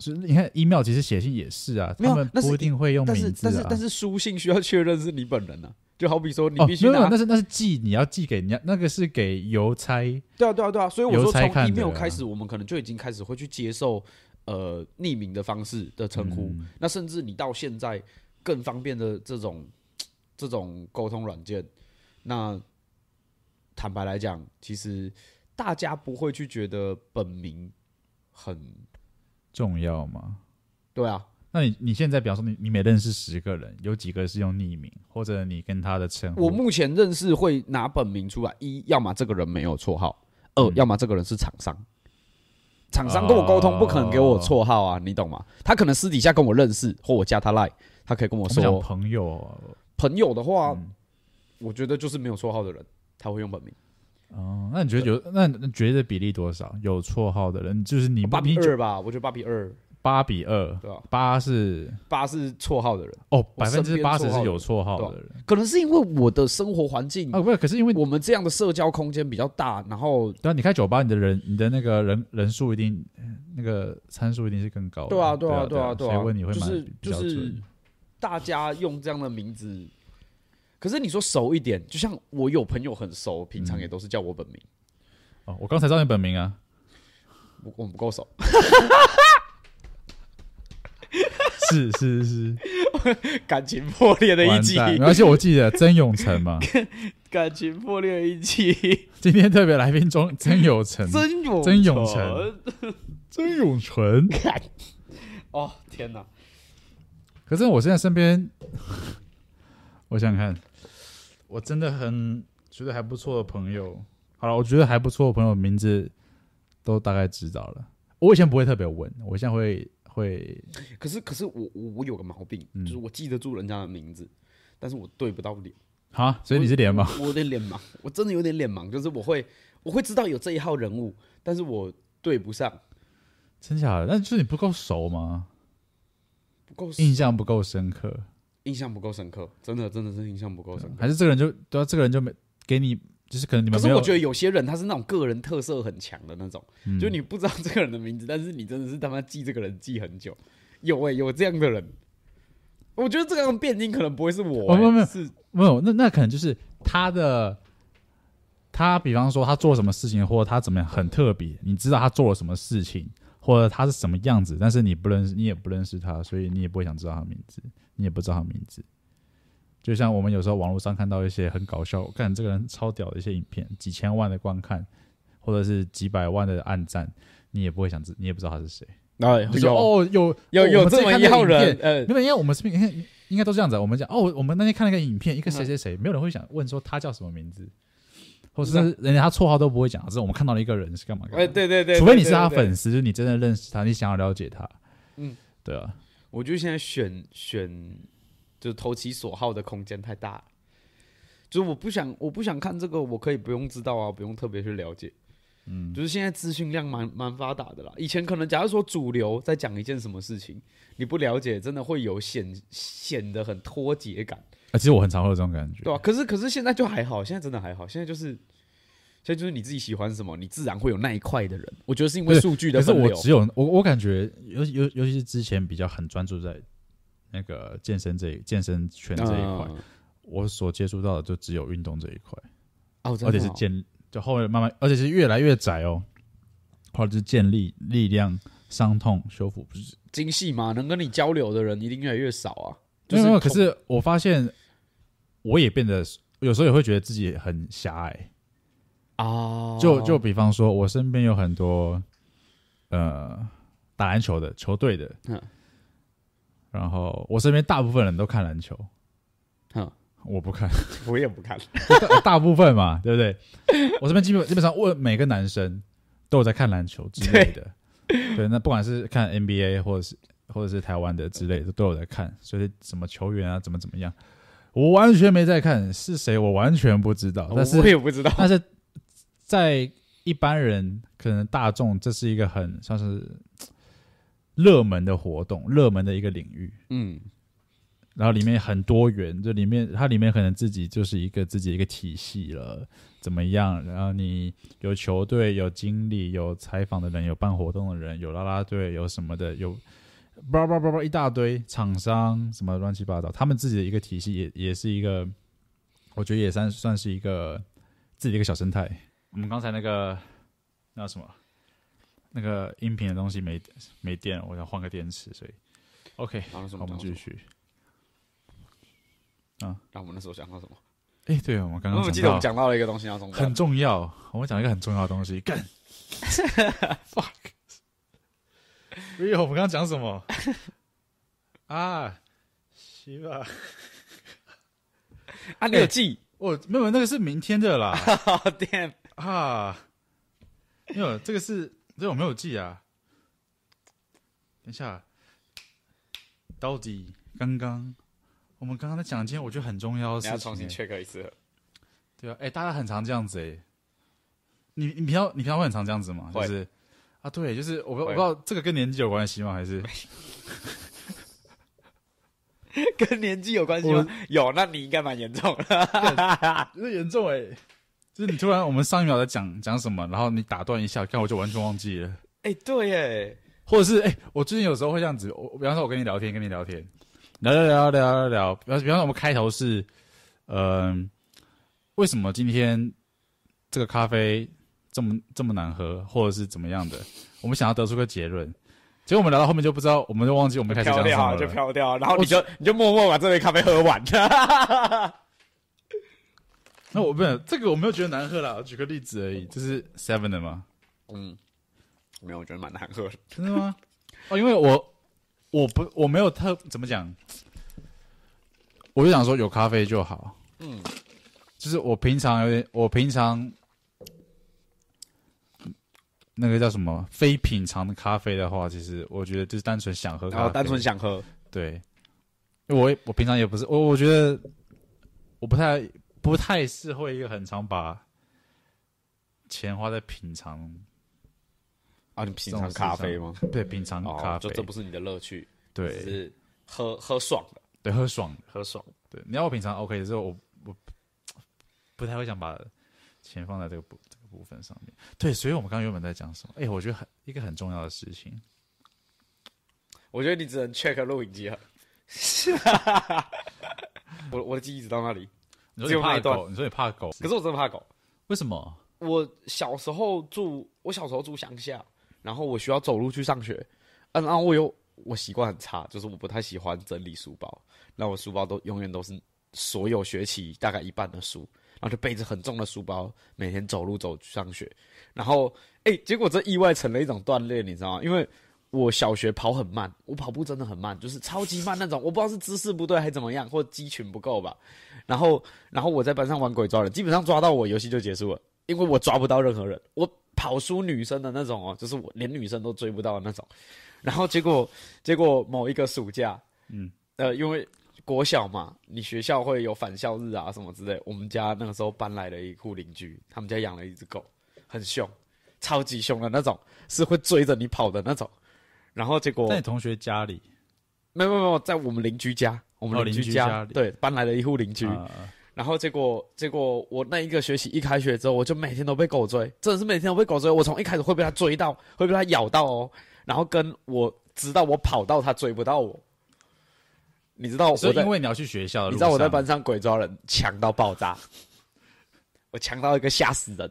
Speaker 1: 是你看 email 其实写信也是啊，
Speaker 2: 没有
Speaker 1: 他们
Speaker 2: 那是
Speaker 1: 不一定会用
Speaker 2: 但
Speaker 1: 名
Speaker 2: 是
Speaker 1: 字
Speaker 2: 但是
Speaker 1: 啊
Speaker 2: 但。是书信需要确认是你本人啊，就好比说你
Speaker 1: 哦，
Speaker 2: 必须
Speaker 1: 没有没
Speaker 2: 拿、
Speaker 1: 有，那是那是寄，你要寄给人家，那个是给邮差，
Speaker 2: 对啊对啊对啊，所以我
Speaker 1: 邮
Speaker 2: 说从
Speaker 1: 差看的
Speaker 2: email
Speaker 1: 啊
Speaker 2: 开始，我们可能就已经开始会去接受呃匿名的方式的称呼，
Speaker 1: 嗯
Speaker 2: 那甚至你到现在更方便的这种这种沟通软件，那坦白来讲，其实大家不会去觉得本名很
Speaker 1: 重要吗？
Speaker 2: 对啊，
Speaker 1: 那你你现在，比方说你你每认识十个人，有几个是用匿名，或者你跟他的称呼？
Speaker 2: 我目前认识会拿本名出来，一要么这个人没有绰号，二、
Speaker 1: 嗯
Speaker 2: 要么这个人是厂商。厂商跟我沟通，不可能给我绰号啊，你懂吗？他可能私底下跟我认识，或我加他 line，他可以跟我
Speaker 1: 我们讲
Speaker 2: 说。
Speaker 1: 朋友啊
Speaker 2: 朋友的话，
Speaker 1: 嗯
Speaker 2: 我觉得就是没有绰号的人，他会用本名。
Speaker 1: 哦，那你觉得有那你觉得比例多少？有绰号的人就是你
Speaker 2: 八比
Speaker 1: 你觉
Speaker 2: 二吧，我觉得八比二，
Speaker 1: 八比二，
Speaker 2: 对吧、
Speaker 1: 八是
Speaker 2: 八是绰号的人，
Speaker 1: 哦，
Speaker 2: 我
Speaker 1: 百
Speaker 2: 身边
Speaker 1: 分之
Speaker 2: 绰号的
Speaker 1: 八十
Speaker 2: 人
Speaker 1: 是有绰号的人
Speaker 2: 可能是因为我的生活环境，
Speaker 1: 啊，不是，可是因为
Speaker 2: 我们这样的社交空间比较大，然后
Speaker 1: 对啊，你开酒吧，你的人你的那个人人数一定那个参数一定是更高的，
Speaker 2: 对啊，对啊，对
Speaker 1: 对
Speaker 2: 啊，对啊，
Speaker 1: 谁问你会
Speaker 2: 就
Speaker 1: 蛮
Speaker 2: 是
Speaker 1: 比
Speaker 2: 就
Speaker 1: 较
Speaker 2: 是
Speaker 1: 准？
Speaker 2: 大家用这样的名字，可是你说熟一点，就像我有朋友很熟，平
Speaker 1: 嗯
Speaker 2: 常也都是叫我本名，
Speaker 1: 哦，我刚才知道你本名啊，
Speaker 2: 我我们不够熟， *laughs*
Speaker 1: 是是是，
Speaker 2: 感情破裂的一
Speaker 1: 完
Speaker 2: 集，
Speaker 1: 蛋，没关系，我记得曾永成嘛，
Speaker 2: *laughs* 感情破裂的一集，
Speaker 1: 今天特别来宾中曾永成，
Speaker 2: 真永
Speaker 1: 曾永成，曾永成，
Speaker 2: 看哦天哪，
Speaker 1: 可是我现在身边， *laughs* 我想想看，我真的很觉得还不错的朋友。好了，我觉得还不错的朋友名字都大概知道了。我以前不会特别问，我现在会会
Speaker 2: 可是可是我我我有个毛病，
Speaker 1: 嗯
Speaker 2: 就是我记得住人家的名字，但是我对不到脸。
Speaker 1: 好，所以你是脸盲，
Speaker 2: 我？我有点脸盲， *laughs* 我真的有点脸盲，就是我会我会知道有这一号人物，但是我对不上，
Speaker 1: 真假的？那就是你不够熟吗？
Speaker 2: 不够深
Speaker 1: 印象不够深刻，
Speaker 2: 印象不够深刻，真的真的是印象不够深刻。
Speaker 1: 还是这个人就对啊，这个人就没给你，就是可能你
Speaker 2: 可
Speaker 1: 们
Speaker 2: 是
Speaker 1: 没有嗯
Speaker 2: 我觉得有些人他是那种个人特色很强的那种，就你不知道这个人的名字，但是你真的是他妈记这个人记很久。有哎、有这样的人，我觉得这个人变音可能不会是我、
Speaker 1: 哦没有没
Speaker 2: 欸，
Speaker 1: 有
Speaker 2: 是
Speaker 1: 没有，那那可能就是他的，他比方说他做什么事情，或者他怎么样很特别，你知道他做了什么事情，或者他是什么样子，但是你不认识，你也不认识他，所以你也不会想知道他名字，你也不知道他名字。就像我们有时候网络上看到一些很搞笑，看这个人超屌的一些影片，几千万的观看，或者是几百万的暗赞，你也不会想知，你也不知道他是谁。
Speaker 2: 啊
Speaker 1: 你就说哦，有
Speaker 2: 有
Speaker 1: 哦我
Speaker 2: 有
Speaker 1: 们之
Speaker 2: 这
Speaker 1: 前
Speaker 2: 么
Speaker 1: 看
Speaker 2: 一
Speaker 1: 那个
Speaker 2: 号
Speaker 1: 影片
Speaker 2: 人，呃，
Speaker 1: 因为因为我们是应该应该都这样子啊，我们讲哦，我们那天看了一个影片，一个
Speaker 2: 嗯
Speaker 1: 谁谁谁，没有人会想问说他叫什么名字，或是人家他绰号都不会讲，只是我们看到了一个人是干嘛干
Speaker 2: 啊哎
Speaker 1: 嘛。
Speaker 2: 对对对，
Speaker 1: 除非你
Speaker 2: 对
Speaker 1: 是他，
Speaker 2: 对对
Speaker 1: 粉丝，就是你真的认识他，你想要了解他。
Speaker 2: 嗯，
Speaker 1: 对啊，
Speaker 2: 我觉得现在选选就是投其所好的空间太大了，就是我不想我不想看这个，我可以不用知道啊，不用特别去了解。嗯，就是现在资讯量蛮蛮发达的啦。以前可能假如说主流在讲一件什么事情，你不了解，真的会有显显得很脱节感，
Speaker 1: 啊，其实我很常会有这种感觉
Speaker 2: 对。啊吧、可是可是现在就还好，现在真的还好，现在就是现在就是你自己喜欢什么，你自然会有那一块的人。我觉得是因为
Speaker 1: 对
Speaker 2: 数据的
Speaker 1: 可是
Speaker 2: 分
Speaker 1: 我
Speaker 2: 流，
Speaker 1: 只有我我感觉，尤尤尤其是之前比较很专注在那个健身这一健身圈这一块，
Speaker 2: 嗯
Speaker 1: 我所接触到的就只有运动这一块。
Speaker 2: 哦，真
Speaker 1: 而
Speaker 2: 的
Speaker 1: 且是
Speaker 2: 哦
Speaker 1: 建，就后面慢慢，而且是越来越窄哦。或者是建立力量、伤痛、修复，不是
Speaker 2: 精细嘛，能跟你交流的人一定越来越少啊。就
Speaker 1: 没有没有。可
Speaker 2: 同
Speaker 1: 是我发现，我也变得有时候也会觉得自己很狭隘。
Speaker 2: 啊，
Speaker 1: 就就比方说，我身边有很多呃打篮球的球队的，
Speaker 2: 嗯
Speaker 1: 然后我身边大部分人都看篮球，嗯
Speaker 2: 哼，
Speaker 1: 我不看，
Speaker 2: 我也不看，
Speaker 1: 大 *laughs* 大部分嘛，对不对？我这边基本基本上问每个男生都有在看篮球之类的，对，那不管是看 NBA 或者是或者是台湾的之类的，都有在看，所以什么球员啊，怎么怎么样，我完全没在看，是谁我完全不知道，哦但
Speaker 2: 我
Speaker 1: 是
Speaker 2: 也不知道。
Speaker 1: 但是在一般人可能大众，这是一个很像是嘖热门的活动，热门的一个领域，
Speaker 2: 嗯，
Speaker 1: 然后里面很多元，就里面它里面可能自己就是一个自己一个体系了，怎么样？然后你有球队，有经理，有采访的人，有办活动的人，有啦啦队，有什么的，有叭叭叭叭一大堆厂商什么乱七八糟，他们自己的一个体系也也是一个，我觉得也算算是一个自己的一个小生态。我们刚才那个那什么那个音频的东西没没电了，我想换个电池，所以 OK，
Speaker 2: 然后什
Speaker 1: 好，
Speaker 2: 么
Speaker 1: 我？们继续。
Speaker 2: 然后我们那时候想到什么？
Speaker 1: 哎，对，我们刚
Speaker 2: 我
Speaker 1: 刚
Speaker 2: 们记
Speaker 1: 讲
Speaker 2: 得我
Speaker 1: 到
Speaker 2: 们讲到了一个东西，然后中断
Speaker 1: 很
Speaker 2: *laughs*
Speaker 1: 重 *laughs* 要，我们讲一个很重要的东西，干哎呦，我们刚刚讲什么啊？希吧，
Speaker 2: 啊，
Speaker 1: 哎
Speaker 2: 你有记？
Speaker 1: 我没有，那个是明天的啦
Speaker 2: 哦，damn，
Speaker 1: 啊，没有，这个是这个我没有记啊。等一下，到底刚刚我们刚刚在讲一件我哎觉得很重要的
Speaker 2: 你
Speaker 1: 事
Speaker 2: 要
Speaker 1: 情、
Speaker 2: 重新 check 一次 *laughs* 了。
Speaker 1: 对啊，哎、大家很常这样子哎、你你平常你平常会很常这样子吗？就
Speaker 2: 会
Speaker 1: 是啊，对，就是我不我不
Speaker 2: 会
Speaker 1: 知道这个跟年纪有关系吗？还是
Speaker 2: 跟年纪有关系吗？有，那你应该蛮严重的。 *laughs*
Speaker 1: 有点严重哎、就是你突然我们上一秒在讲讲什么，然后你打断一下，看我就完全忘记了，
Speaker 2: 哎、对耶，
Speaker 1: 或者是哎、我最近有时候会这样子，我我比方说我跟你聊天，跟你聊天，聊聊聊聊聊聊，比方比方说我们开头是，嗯、为什么今天这个咖啡这么这么难喝，或者是怎么样的，我们想要得出个结论，结果我们聊到后面就不知道，我们就忘记我们开始
Speaker 2: 飘
Speaker 1: 讲什
Speaker 2: 掉
Speaker 1: 么
Speaker 2: 啊，就
Speaker 1: 了。
Speaker 2: 飘掉啊，然后你就你就默默把这杯咖啡喝完。 *laughs*
Speaker 1: 那我不是这个我没有觉得难喝啦，我举个例子而已，这是 Seven 的吗？
Speaker 2: 嗯，没有，我觉得蛮难喝的。
Speaker 1: 真的吗？ *laughs* 哦，因为我我不我没有特怎么讲，我就想说有咖啡就好。
Speaker 2: 嗯，
Speaker 1: 就是我平常有点，我平常那个叫什么非品尝的咖啡的话，其实我觉得就是单纯想喝
Speaker 2: 然后
Speaker 1: 咖啡，
Speaker 2: 哦单纯想喝，
Speaker 1: 对。因为我也我平常也不是我，我觉得我不太不太是会一个很常把钱花在品尝，
Speaker 2: 啊，你品尝咖啡吗？
Speaker 1: 对品尝咖
Speaker 2: 哦，
Speaker 1: 啡，
Speaker 2: 就这不是你的乐趣，只
Speaker 1: 对
Speaker 2: 是喝喝爽的，
Speaker 1: 对喝爽的。
Speaker 2: 喝爽。
Speaker 1: 对，你要我平常 OK 的时候，我我不太会想把钱放在这个部这个部分上面。对，所以我们刚刚原本在讲什么？哎、我觉得很一个很重要的事情，
Speaker 2: 我觉得你只能 check 录影机了。啊 *laughs* 我我的记忆只到那里，
Speaker 1: 你说
Speaker 2: 只有
Speaker 1: 你
Speaker 2: 那
Speaker 1: 怕
Speaker 2: 一段
Speaker 1: 狗，你说你怕狗，
Speaker 2: 可是我真的怕狗。
Speaker 1: 为什么？
Speaker 2: 我小时候住，我小时候住乡下，然后我需要走路去上学，嗯、然后我有我习惯很差，就是我不太喜欢整理书包，那我书包都永远都是所有学期大概一半的书，然后就背着很重的书包，每天走路走去上学，然后哎、结果这意外成了一种锻炼，你知道吗？因为我小学跑很慢，我跑步真的很慢，就是超级慢那种，我不知道是姿势不对还怎么样，或肌群不够吧。然后，然后我在班上玩鬼抓人，基本上抓到我游戏就结束了。因为我抓不到任何人，我跑输女生的那种哦，就是我连女生都追不到的那种。然后结果结果某一个暑假，
Speaker 1: 嗯，
Speaker 2: 呃，因为国小嘛，你学校会有返校日啊什么之类。我们家那个时候搬来了一户邻居，他们家养了一只狗，很凶，超级凶的那种，是会追着你跑的那种。然后结果
Speaker 1: 在你同学家里，
Speaker 2: 没有没有没有，在我们邻居家，我
Speaker 1: 哦
Speaker 2: 们邻
Speaker 1: 邻居
Speaker 2: 家,、
Speaker 1: 家里
Speaker 2: 对搬来了一户邻居，
Speaker 1: 啊啊
Speaker 2: 然后结果结果我那一个学期一开学之后，我就每天都被狗追，真的是每天都被狗追。我从一开始会被它追到，会被它咬到哦，然后跟我直到我跑到它追不到我。你知道我
Speaker 1: 所以
Speaker 2: 在
Speaker 1: 因为你要去学校的
Speaker 2: 你
Speaker 1: 路
Speaker 2: 知
Speaker 1: 上，
Speaker 2: 道我在班上鬼抓人强到爆炸，我强到一个吓死人，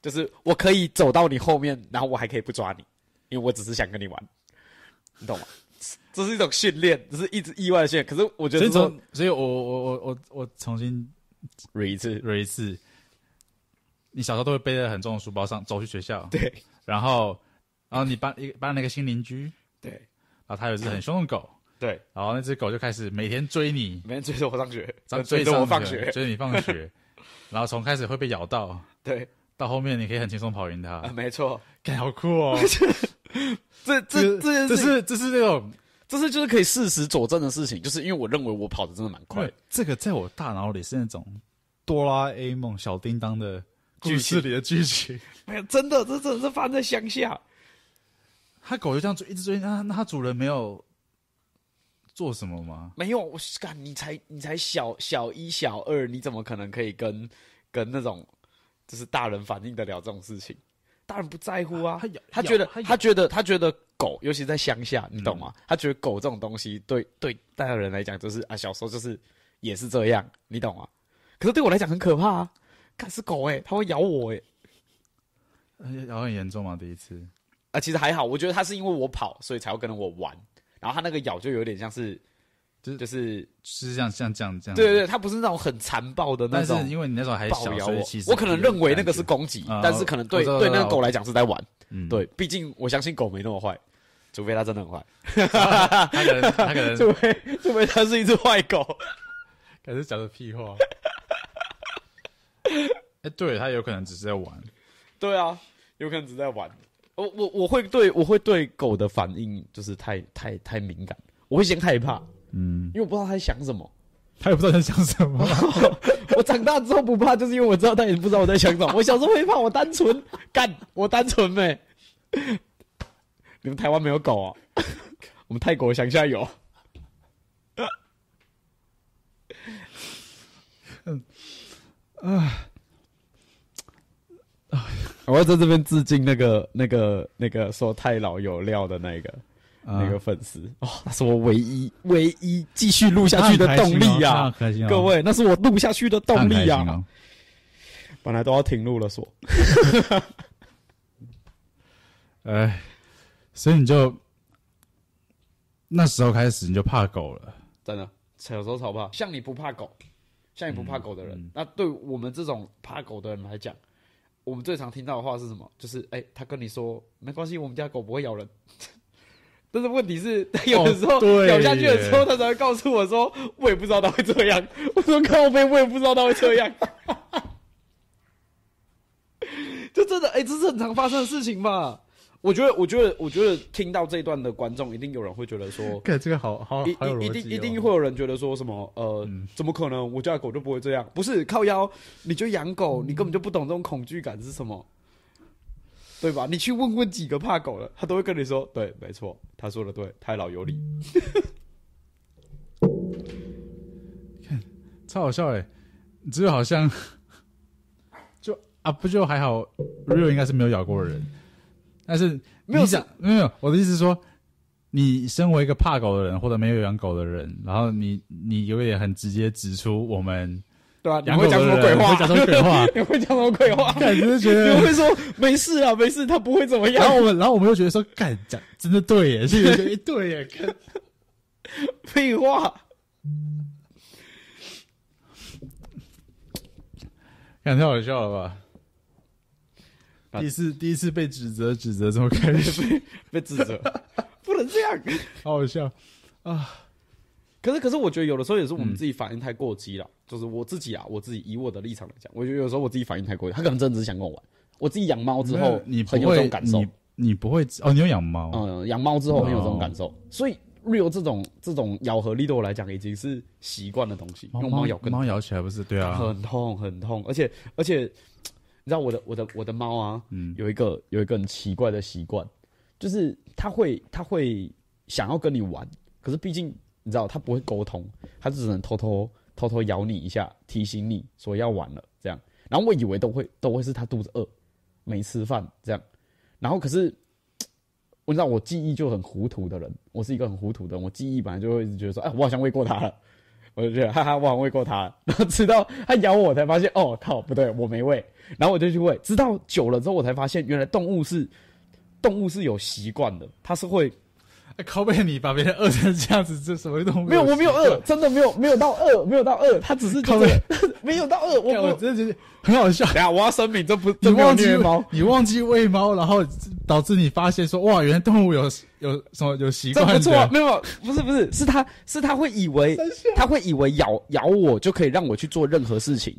Speaker 2: 就是我可以走到你后面，然后我还可以不抓你，因为我只是想跟你玩，你懂吗？这是一种训练，这是一直意外的训练。可是我觉
Speaker 1: 所
Speaker 2: 得
Speaker 1: 以
Speaker 2: 这种
Speaker 1: 从所以我我我我我重新
Speaker 2: re 一次，
Speaker 1: 捋一次，你小时候都会背着很重的书包上走去学校，
Speaker 2: 对
Speaker 1: 然后然后你搬一搬了一个新邻居，
Speaker 2: 对
Speaker 1: 然后他有一只很凶的狗，
Speaker 2: 对，
Speaker 1: 然后那只狗就开始每天追你，
Speaker 2: 每天追着我上学，呃
Speaker 1: 追
Speaker 2: 追
Speaker 1: 上
Speaker 2: 着我
Speaker 1: 你
Speaker 2: 放
Speaker 1: 的
Speaker 2: 学，
Speaker 1: 追你放学，然后从开始会被咬到，
Speaker 2: *laughs* 对
Speaker 1: 到后面你可以很轻松跑赢它
Speaker 2: 啊，，没错，
Speaker 1: 干好酷哦！
Speaker 2: *laughs* 这这这件事情，
Speaker 1: 这是这是那种
Speaker 2: 这是就是可以事实佐证的事情，就是因为我认为我跑的真的蛮快
Speaker 1: 快，，这个在我大脑里是那种哆啦 A 梦小叮当的故事里的剧情。
Speaker 2: 没有真的，这真的是发生在乡下，
Speaker 1: *laughs* 他狗就这样追，一直追，那那它主人没有做什么吗？
Speaker 2: 没有，我是干你才你才小小一小二，你怎么可能可以跟跟那种就是大人反应得了这种事情？大人不在乎啊，
Speaker 1: 他咬
Speaker 2: 他觉得
Speaker 1: 咬他咬
Speaker 2: 他觉得他觉得狗，尤其在乡下，你懂吗？他觉得狗这种东西对对大人来讲就是啊，小时候就是也是这样，你懂吗？可是对我来讲很可怕啊，干是狗诶、欸，它会咬我诶、欸。
Speaker 1: 呃咬很严重吗？第一次
Speaker 2: 啊，其实还好，我觉得它是因为我跑，所以才要跟着我玩，然后它那个咬就有点像是。
Speaker 1: 就是
Speaker 2: 就是
Speaker 1: 是像像这样这样，
Speaker 2: 对对对，它不是那种很残暴的那
Speaker 1: 但是
Speaker 2: 种，
Speaker 1: 因为你那时候还
Speaker 2: 暴
Speaker 1: 小，
Speaker 2: 咬
Speaker 1: 所以
Speaker 2: 我
Speaker 1: 其，实
Speaker 2: 我可能认为那个是
Speaker 1: 狗，
Speaker 2: 攻击
Speaker 1: 啊，
Speaker 2: 但是可能
Speaker 1: 我
Speaker 2: 对
Speaker 1: 知道
Speaker 2: 对
Speaker 1: 我知道
Speaker 2: 那个狗来讲是在玩。
Speaker 1: 嗯
Speaker 2: 对，毕竟我相信狗没那么坏，除非它真的很坏，
Speaker 3: 他可能他可
Speaker 2: *laughs*
Speaker 3: 能
Speaker 2: 除非除非它是一只坏狗。
Speaker 1: 可是讲的屁话。哎、对他有可能只是在玩，
Speaker 2: 对啊，有可能只是在玩。我我我会对我会对狗的反应就是太太太敏感，我会先害怕，
Speaker 1: 嗯，
Speaker 2: 因为我不知道它在想什么。
Speaker 1: 他也不知道在想什么。
Speaker 2: 啊 *laughs* 我长大之后不怕，就是因为我知道他也不知道我在想什么。我小时候会怕，我单纯，干，我单纯没、你们台湾没有狗啊？ *laughs* 我们泰国乡下有。我要在这边致敬那个、那个、那个说太老有料的那个、那个粉丝哦，那是我唯一、唯一继续录下去的动力呀、
Speaker 1: 啊，开心哦
Speaker 2: 各，位，那是我录下去的
Speaker 1: 他
Speaker 2: 动
Speaker 1: 很开
Speaker 2: 力
Speaker 1: 心
Speaker 2: 啊！
Speaker 1: 哦
Speaker 2: 本来都要停录了说，
Speaker 1: 哎，所以你就那时候开始你就怕狗了，
Speaker 2: 真的，有时候超怕。像你不怕狗，像你不怕狗的人，那对我们这种怕狗的人来讲，我们最常听到的话是什么？就是哎、他跟你说没关系，我们家狗不会咬人。 *laughs* 但是问题是， *laughs* 他有的时候、
Speaker 1: 对
Speaker 2: 咬下去的
Speaker 1: 耶
Speaker 2: 时候，他才会告诉我说，我也不知道他会这样。我说靠背，我也不知道他会这样。 *laughs* 就真的，哎、这是很常发生的事情吧？我觉得，我觉得，我觉得听到这一段的观众，一定有人会觉得说，
Speaker 1: 看这个好哦好
Speaker 2: 一一一定一定会有人觉得说什么呃，
Speaker 1: 嗯
Speaker 2: 怎么可能？我家的狗就不会这样？不是靠腰，你就养
Speaker 1: 嗯
Speaker 2: 狗，你根本就不懂这种恐惧感是什么，对吧？你去问问几个怕狗的，他都会跟你说，对，没错，他说的对，太老有理。
Speaker 1: 嗯超好笑哎、只有好像就啊，不就还好，Rio 应该是没有咬过人，但是
Speaker 2: 没有
Speaker 1: 你想没有没有，我的意思是说，你身为一个怕狗的人或者没有养狗的人，然后你你有点很直接指出
Speaker 2: *laughs*
Speaker 1: 我们
Speaker 2: 对啊，你
Speaker 1: 养
Speaker 2: 会
Speaker 1: 狗
Speaker 2: 讲
Speaker 1: 的
Speaker 2: 什
Speaker 1: 人
Speaker 2: 么鬼话？
Speaker 1: 会讲什么鬼话
Speaker 2: *laughs* ？你会讲什么鬼话？
Speaker 1: 感觉觉
Speaker 2: 你
Speaker 1: 得，
Speaker 2: 会说没事啊，没事，他不会怎么
Speaker 1: *laughs* 然
Speaker 2: 样。
Speaker 1: 后我们然后我们又觉得说，干讲真的对耶，是 *laughs* 觉得对耶，看
Speaker 2: *laughs* 废话，
Speaker 1: 看太好笑了吧？
Speaker 2: 啊
Speaker 1: 第一次第一次被指责指责这么开心，
Speaker 2: 被指责， *laughs* 不能这样。
Speaker 1: *laughs* 好好笑。
Speaker 2: 可是，可是我觉得有的时候也是我
Speaker 1: 嗯
Speaker 2: 们自己反应太过激了。就是我自己啊，我自己以我的立场来讲，我觉得有时候我自己反应太过激，他可能真的只是想跟我玩。我自己养猫之
Speaker 1: 没
Speaker 2: 后
Speaker 1: 有，你不
Speaker 2: 很有这
Speaker 1: 会
Speaker 2: 种感受
Speaker 1: 你。你不会哦，你有养猫，
Speaker 2: 嗯，养猫之后很有这种
Speaker 1: 哦
Speaker 2: 感受，所以 real 这种这种咬合力对我来讲已经是习惯的东西，因为嗯猫咬更
Speaker 1: 哦猫咬起来不是对啊，
Speaker 2: 很痛很痛，而且而且，你知道我的我的我的猫啊，
Speaker 1: 嗯
Speaker 2: 有一个有一个很奇怪的习惯，就是它会它会想要跟你玩，可是毕竟你知道它不会沟通，它只能偷偷偷偷咬你一下，提醒你说要玩了这样。然后我以为都会都会是它肚子饿，没吃饭这样。然后可是我知道我记忆就很糊涂的人，我是一个很糊涂的人，我记忆本来就会一直觉得说，哎，我好像喂过它了。我就觉得哈哈，我好像喂过它了， *laughs* 然后直到它咬我，我才发现哦靠，不对，我没喂。然后我就去喂，直到久了之后，我才发现原来动物是动物是有习惯的，它是会
Speaker 1: 哎靠背你把别人饿成这样子，这什么都
Speaker 2: 没有，我没有饿，真的没有，没有到饿，没有到饿，它只是
Speaker 1: 靠
Speaker 2: 就
Speaker 1: 背
Speaker 2: 是没有到饿，我
Speaker 1: 干我
Speaker 2: 我
Speaker 1: 真的觉得很好笑。
Speaker 2: 等下我要声明，这不
Speaker 1: 你
Speaker 2: 这没有
Speaker 1: 忘记
Speaker 2: 虐猫，
Speaker 1: 你忘记喂猫，然后导致你发现说哇，原来动物有有什么有习
Speaker 2: 这
Speaker 1: 惯
Speaker 2: 不错啊，
Speaker 1: 的，
Speaker 2: 没有，不是不是，是它是它会以为它会以为咬咬我就可以让我去做任何事情。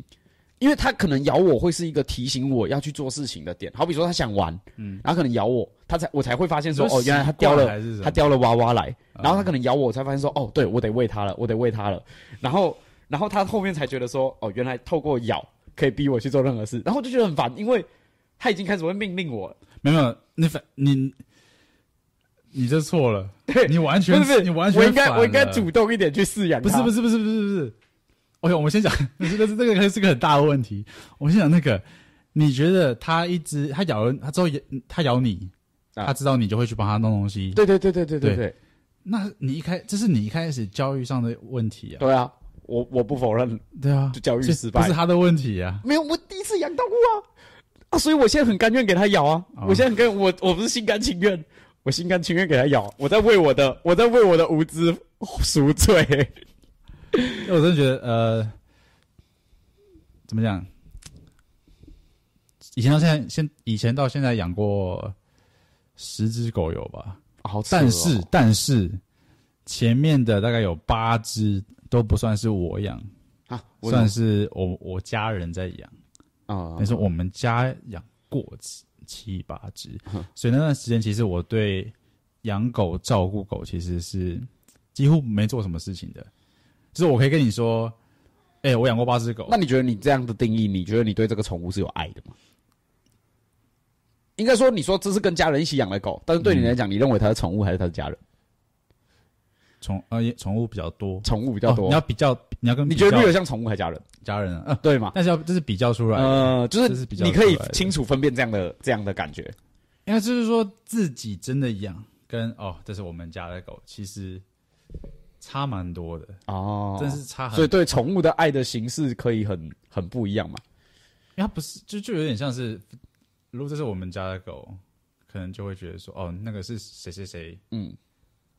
Speaker 2: 因为它可能咬我会是一个提醒我要去做事情的点，好比说它想玩，嗯，然后可能咬我，它才我才会发现说
Speaker 1: 你说
Speaker 2: 哦，原来它
Speaker 1: 习
Speaker 2: 叼
Speaker 1: 惯
Speaker 2: 了
Speaker 1: 还是什么啊
Speaker 2: 它叼了娃娃来，然后它可能咬我，我才发现说哦，对我得喂它了，我得喂它了，然后然后它后面才觉得说哦，原来透过咬可以逼我去做任何事，然后我就觉得很烦，因为它已经开始会命令我了，
Speaker 1: 没有，你反你你这错了，
Speaker 2: 对，
Speaker 1: 你完全
Speaker 2: 不是不是，
Speaker 1: 你完全
Speaker 2: 我应该
Speaker 1: 反
Speaker 2: 我应该
Speaker 1: 了
Speaker 2: 主动一点去饲养它，
Speaker 1: 不是不是不是不是不是。OK，我们先讲，不是，但是这个是个很大的问题。我们先讲那个，你觉得它一直它咬人，它之后也它咬你，
Speaker 2: 啊
Speaker 1: 它知道你就会去帮它弄东西。
Speaker 2: 对对对对对对
Speaker 1: 对
Speaker 2: 对
Speaker 1: 那你一开这是你一开始教育上的问题啊，
Speaker 2: 对啊！我我不否认，
Speaker 1: 对啊，
Speaker 2: 就教育
Speaker 1: 这
Speaker 2: 失败
Speaker 1: 不是他的问题啊。
Speaker 2: 没有，我第一次养动物啊啊！所以我现在很甘愿给它咬啊！
Speaker 1: 哦
Speaker 2: 我现在很甘愿，我我不是心甘情愿，我心甘情愿给它咬，我在为我的我在为我的无知赎罪。
Speaker 1: 因为我真的觉得呃，怎么讲？以前到现在，现以前到现在养过十只狗有吧？
Speaker 2: 好扯哦
Speaker 1: 但是但是前面的大概有八只都不算是我养，
Speaker 2: 啊，我
Speaker 1: 算是我我家人在养。
Speaker 2: 啊
Speaker 1: 但是我们家养过七七八
Speaker 2: *laughs*
Speaker 1: 只，所以那段时间其实我对养狗、照顾狗其实是几乎没做什么事情的。就是我可以跟你说，哎、我养过八只狗
Speaker 2: 那，你觉得你这样的定义，你觉得你对这个宠物是有爱的吗？应该说，你说这是跟家人一起养的狗，但是对你来讲，你认为它是宠物还是它是家人？
Speaker 1: 宠呃也宠物比较多，
Speaker 2: 宠物比较
Speaker 1: 哦
Speaker 2: 多。
Speaker 1: 你要比较，你要跟
Speaker 2: 你觉得
Speaker 1: 比
Speaker 2: 绿
Speaker 1: 较
Speaker 2: 的像宠物还是家人？
Speaker 1: 家人啊，呃
Speaker 2: 对吗？
Speaker 1: 但是要这是比较出来的，
Speaker 2: 呃，就
Speaker 1: 这是
Speaker 2: 是
Speaker 1: 比较
Speaker 2: 你可以
Speaker 1: 出来的
Speaker 2: 清楚分辨这样的这样的感觉。
Speaker 1: 因为就是说自己真的养跟哦，这是我们家的狗，其实差蛮多的，
Speaker 2: 哦
Speaker 1: 真是差很
Speaker 2: 所以对宠物的爱的形式可以很很不一样嘛。
Speaker 1: 因为它不是，就就有点像是，如果这是我们家的狗，可能就会觉得说，哦，那个是谁谁谁
Speaker 2: 嗯，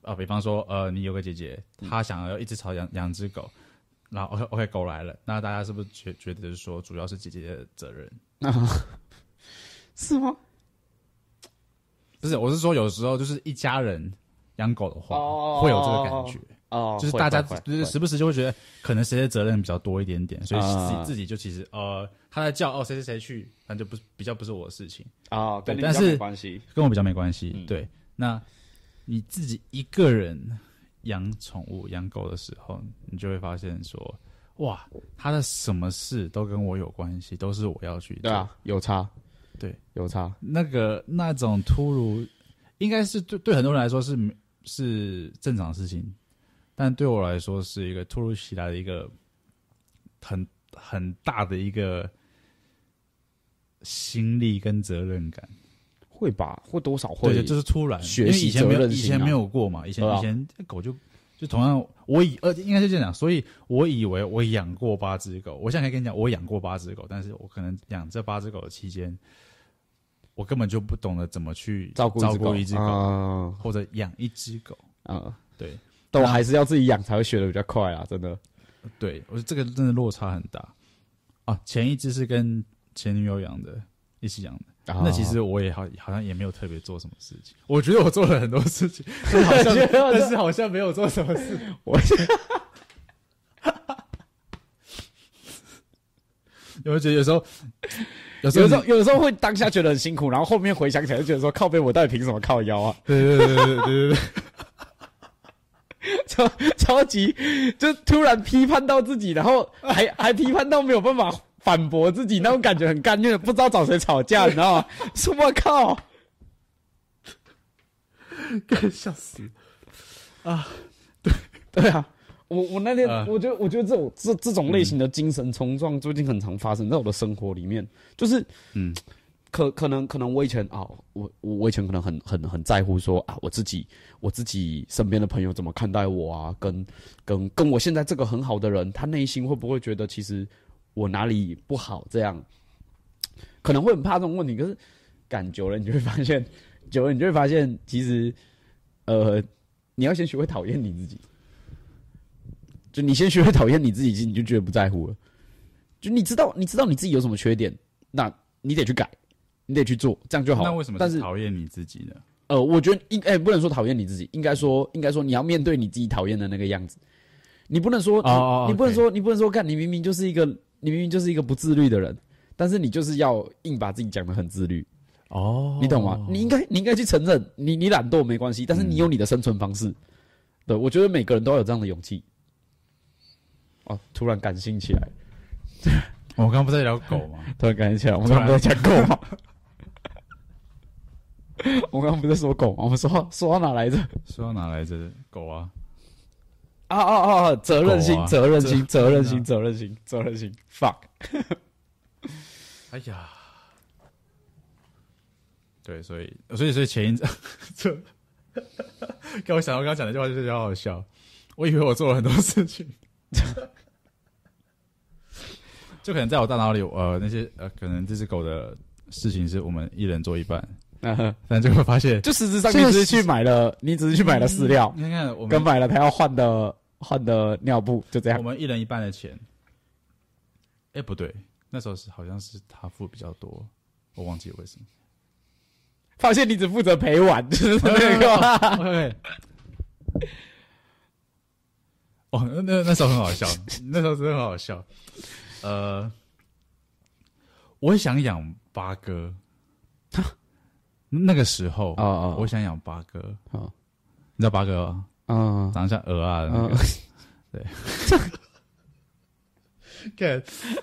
Speaker 1: 啊，比方说，呃，你有个姐姐，她想要一直朝养养只狗，然后 OK OK 狗来了，那大家是不是觉觉得是说，主要是姐姐的责任？啊
Speaker 2: *laughs* 是吗？
Speaker 1: 不是，我是说有时候就是一家人养狗的话，
Speaker 2: 哦
Speaker 1: 会有这个感觉，
Speaker 2: 哦，
Speaker 1: 就是
Speaker 2: 会
Speaker 1: 大家
Speaker 2: 会
Speaker 1: 就
Speaker 2: 会
Speaker 1: 是时不时就会觉得，可能谁的责任比较多一点点，所以自己、
Speaker 2: 啊
Speaker 1: 自己就其实呃，他在叫哦谁谁谁去，那就不是比较不是我的事情。
Speaker 2: 哦，跟
Speaker 1: 对
Speaker 2: 你
Speaker 1: 但
Speaker 2: 比较没
Speaker 1: 是
Speaker 2: 关系。
Speaker 1: 跟我比较没关系。
Speaker 2: 嗯
Speaker 1: 对，那你自己一个人养宠物、养狗的时候，你就会发现说，哇，他的什么事都跟我有关系，都是我要去做。
Speaker 2: 对啊，有差，
Speaker 1: 对，
Speaker 2: 有差。
Speaker 1: 那个那种突如，应该是对对很多人来说是是正常的事情，但对我来说是一个突如其来的一个很很大的一个心力跟责任感。
Speaker 2: 会吧，会多少
Speaker 1: 对
Speaker 2: 会，
Speaker 1: 对，就是突然，
Speaker 2: 学
Speaker 1: 因为
Speaker 2: 习
Speaker 1: 以前没有
Speaker 2: 责任
Speaker 1: 以
Speaker 2: 心
Speaker 1: 前
Speaker 2: 啊
Speaker 1: 没有过嘛，以前、
Speaker 2: 对啊
Speaker 1: 以前狗就就同样，我以呃应该是这样讲，所以我以为我养过八只狗，我现在可以跟你讲，我养过八只狗，但是我可能养这八只狗的期间，我根本就不懂得怎么去
Speaker 2: 照顾
Speaker 1: 照顾一只狗、
Speaker 2: 啊
Speaker 1: 或者养一只狗，
Speaker 2: 啊，
Speaker 1: 对
Speaker 2: 但我
Speaker 1: 那
Speaker 2: 还是要自己养才会学的比较快啊，真的。
Speaker 1: 对，我觉得这个真的落差很大啊，前一只是跟前女友养的。一起养的，
Speaker 2: 啊
Speaker 1: 那其实我也好，好像也没有特别做什么事情。我觉得我做了很多
Speaker 2: *laughs*
Speaker 1: 事情，但是好像但是好像没有做什么事。
Speaker 2: 我
Speaker 1: *laughs* 有没有觉得有
Speaker 2: *laughs*
Speaker 1: 时候，有时
Speaker 2: 有
Speaker 1: 候你
Speaker 2: 时候有时候会当下觉得很辛苦，然后后面回想起来就觉得说靠背，我到底凭什么靠腰啊？
Speaker 1: 对对对对对对对，
Speaker 2: 超超级就突然批判到自己，然后还还批判到没有办法反驳自己，那种感觉很干，就是不知道找谁吵架，你知道吗？ *laughs* 说我靠， *laughs*
Speaker 1: 干笑死！
Speaker 2: 对啊。我我那天、
Speaker 1: 呃
Speaker 2: 我觉得我觉得这种这这种类型的精神冲撞最近很常发生在我的生活里面，就是
Speaker 1: 嗯，
Speaker 2: 可可能可能我以前啊、我我我以前可能很很很在乎说啊，我自己我自己身边的朋友怎么看待我啊，跟跟跟我现在这个很好的人，他内心会不会觉得其实我哪里不好？这样可能会很怕这种问题，可是赶久了你就会发现，久了你就会发现，其实呃，你要先学会讨厌你自己，就你先学会讨厌你自己，其实你就觉得不在乎了。就你知道，你知道你自己有什么缺点，那你得去改，你得去做，这样就好了。
Speaker 1: 那为什么
Speaker 2: 但
Speaker 1: 是
Speaker 2: 是
Speaker 1: 讨厌你自己呢？
Speaker 2: 呃，我觉得应哎、不能说讨厌你自己，应该说应该说你要面对你自己讨厌的那个样子。你不能说你
Speaker 1: 哦哦哦
Speaker 2: 你不能
Speaker 1: OK
Speaker 2: 说你不能说干，你明明就是一个你明明就是一个不自律的人，但是你就是要硬把自己讲的很自律，
Speaker 1: 哦嗯
Speaker 2: 你懂吗？你应该你应该去承认你你懒惰没关系，但是你有你的生存方式。对，我觉得每个人都要有这样的勇气。哦，突然感性起来，
Speaker 1: 我刚刚不是在聊狗吗？
Speaker 2: 突然感性起来，我们刚刚不是在讲狗吗？ *laughs* 我们刚刚不是说狗吗？我们说说到哪来着？
Speaker 1: 说到哪来着？狗啊，
Speaker 2: 啊啊啊！责任心
Speaker 1: 狗啊，嗯
Speaker 2: 责任心，责任
Speaker 1: 真
Speaker 2: 心，
Speaker 1: 的
Speaker 2: 责任心，责任心。fuck，
Speaker 1: 哎呀，对，所以所以所以前一阵，这跟我想到刚刚讲的一句话就是比较好笑。我以为我做了很多事情，就可能在我大脑里，呃，那些呃，可能这只狗的事情是我们一人做一半，
Speaker 2: 嗯
Speaker 1: 但就会发现，
Speaker 2: 就实质上你
Speaker 1: 现在
Speaker 2: 只是去买了，你只是去买了饲料，
Speaker 1: 你看看我们
Speaker 2: 跟买了他要换的换的尿布，就这
Speaker 1: 我
Speaker 2: 样。
Speaker 1: 们一人一半的钱。哎、不对，那时候是好像是他付比较多，我忘记为什么。
Speaker 2: 发现你只负责陪玩，就是那
Speaker 1: *laughs*
Speaker 2: 个。
Speaker 1: OK。哦，那那那时候很好笑，那时候真的很好笑。呃，我想养八哥，那个时候
Speaker 2: 哦哦
Speaker 1: 我想养八哥。
Speaker 2: 哦
Speaker 1: 你知道八哥吗？
Speaker 2: 嗯，
Speaker 1: 长得像鹅啊的那个。对，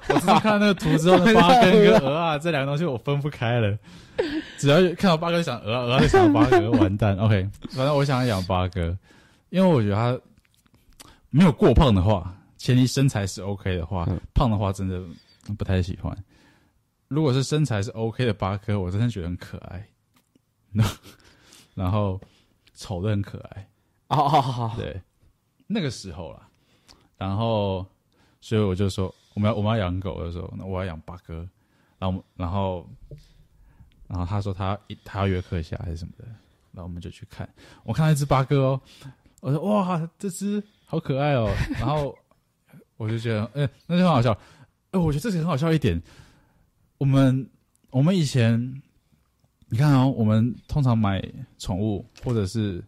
Speaker 1: 我自从看到那个图之后，那八哥跟鹅啊这两个东西我分不开了。只要看到八哥就想鹅啊，鹅啊就想八哥，完蛋。OK，反正我想养八哥，因为我觉得他没有过胖的话，前提身材是 OK 的话
Speaker 2: 嗯，
Speaker 1: 胖的话真的不太喜欢。如果是身材是 OK 的八哥，我真的觉得很可爱。 *laughs* 然后然后丑的很可爱，
Speaker 2: *laughs* 哦哦
Speaker 1: 对，那个时候啦，然后所以我就说我们要我们要养狗的时候，那我要养八哥，然后我们然后然后他说他他要约克夏还是什么的，然后我们就去看，我看到一只八哥哦，我说哇这只好可爱哦，然后我就觉得 *laughs* 哎、那就很好笑，哎、我觉得这是很好笑一点，我们我们以前。你看哦，我们通常买宠物或者是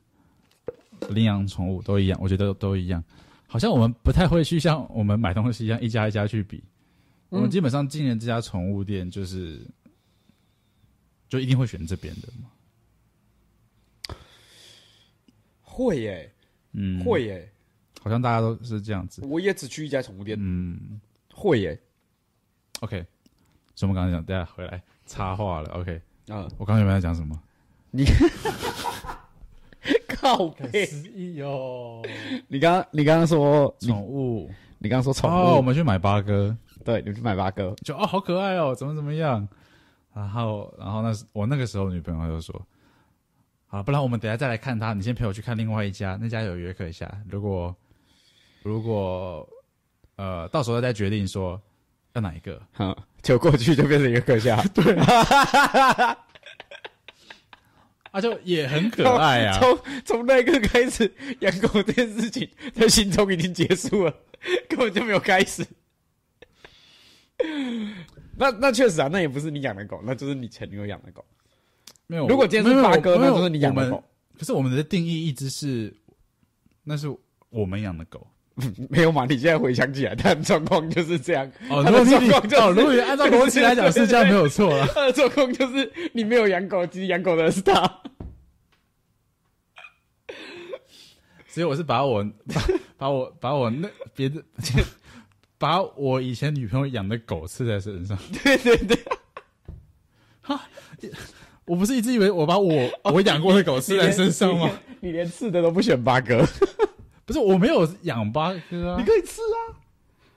Speaker 1: 领养宠物都一样，我觉得都一样。好像我们不太会去像我们买东西一样一家一家去比，我们基本上进了这家宠物店就是就一定会选这边的嘛。
Speaker 2: 会耶，
Speaker 1: 嗯，
Speaker 2: 会耶，
Speaker 1: 好像大家都是这样子。
Speaker 2: 我也只去一家宠物店，
Speaker 1: 嗯
Speaker 2: 会耶，
Speaker 1: ，OK，所以我们刚刚讲，大家回来插话了。OK， *laughs*
Speaker 2: 啊，
Speaker 1: 我刚刚有没有在讲什么？
Speaker 2: 靠背，
Speaker 1: 忆哦，
Speaker 2: 你刚刚你刚刚说你
Speaker 1: 宠物
Speaker 2: 你刚刚说宠
Speaker 1: 哦，我
Speaker 2: 物，
Speaker 1: 们去买八哥，
Speaker 2: 对，你们去买八哥，
Speaker 1: 就哦好可爱哦，怎么怎么样。然后，然后那时我那个时候女朋友就说：“好，不然我们等一下再来看他，你先陪我去看另外一家，那家有约克一下。如果如果呃，到时候再决定说要哪一个。
Speaker 2: 好，就过去就变成一个阁下，对，
Speaker 1: 啊，就也很可爱
Speaker 2: *laughs*
Speaker 1: 啊。
Speaker 2: 从从那一刻开始，养狗这件事情在心中已经结束了，根本就没有开始。那那确实啊，那也不是你养的狗，那就是你前女友养的狗。
Speaker 1: 没有，
Speaker 2: 如果今天
Speaker 1: 没
Speaker 2: 是
Speaker 1: 有
Speaker 2: 八哥，
Speaker 1: 没
Speaker 2: 那
Speaker 1: 有
Speaker 2: 就是你养的
Speaker 1: 我
Speaker 2: 狗
Speaker 1: 们。可是我们的定义一直是那是我们养的狗。
Speaker 2: 没有嘛？你现在回想起来，他的状况就是这样。 *laughs*
Speaker 1: 哦，
Speaker 2: 他的
Speaker 1: 如果
Speaker 2: 状
Speaker 1: 你
Speaker 2: 况就是，
Speaker 1: 哦，如果你按照逻辑来讲是这样，没有错啊了。
Speaker 2: 他的状况就是你没有养狗，其实养狗的是他。
Speaker 1: 所以我是把我 *laughs* 把把我把我那别的 *laughs* 把我以前女朋友养的狗刺在身上。
Speaker 2: 对对对，
Speaker 1: 我不是一直以为我把我、我养过的狗刺在身上吗？
Speaker 2: 哦你连吃的都不选八哥，
Speaker 1: 啊不是，我没有养八哥啊
Speaker 2: 你。可以吃啊。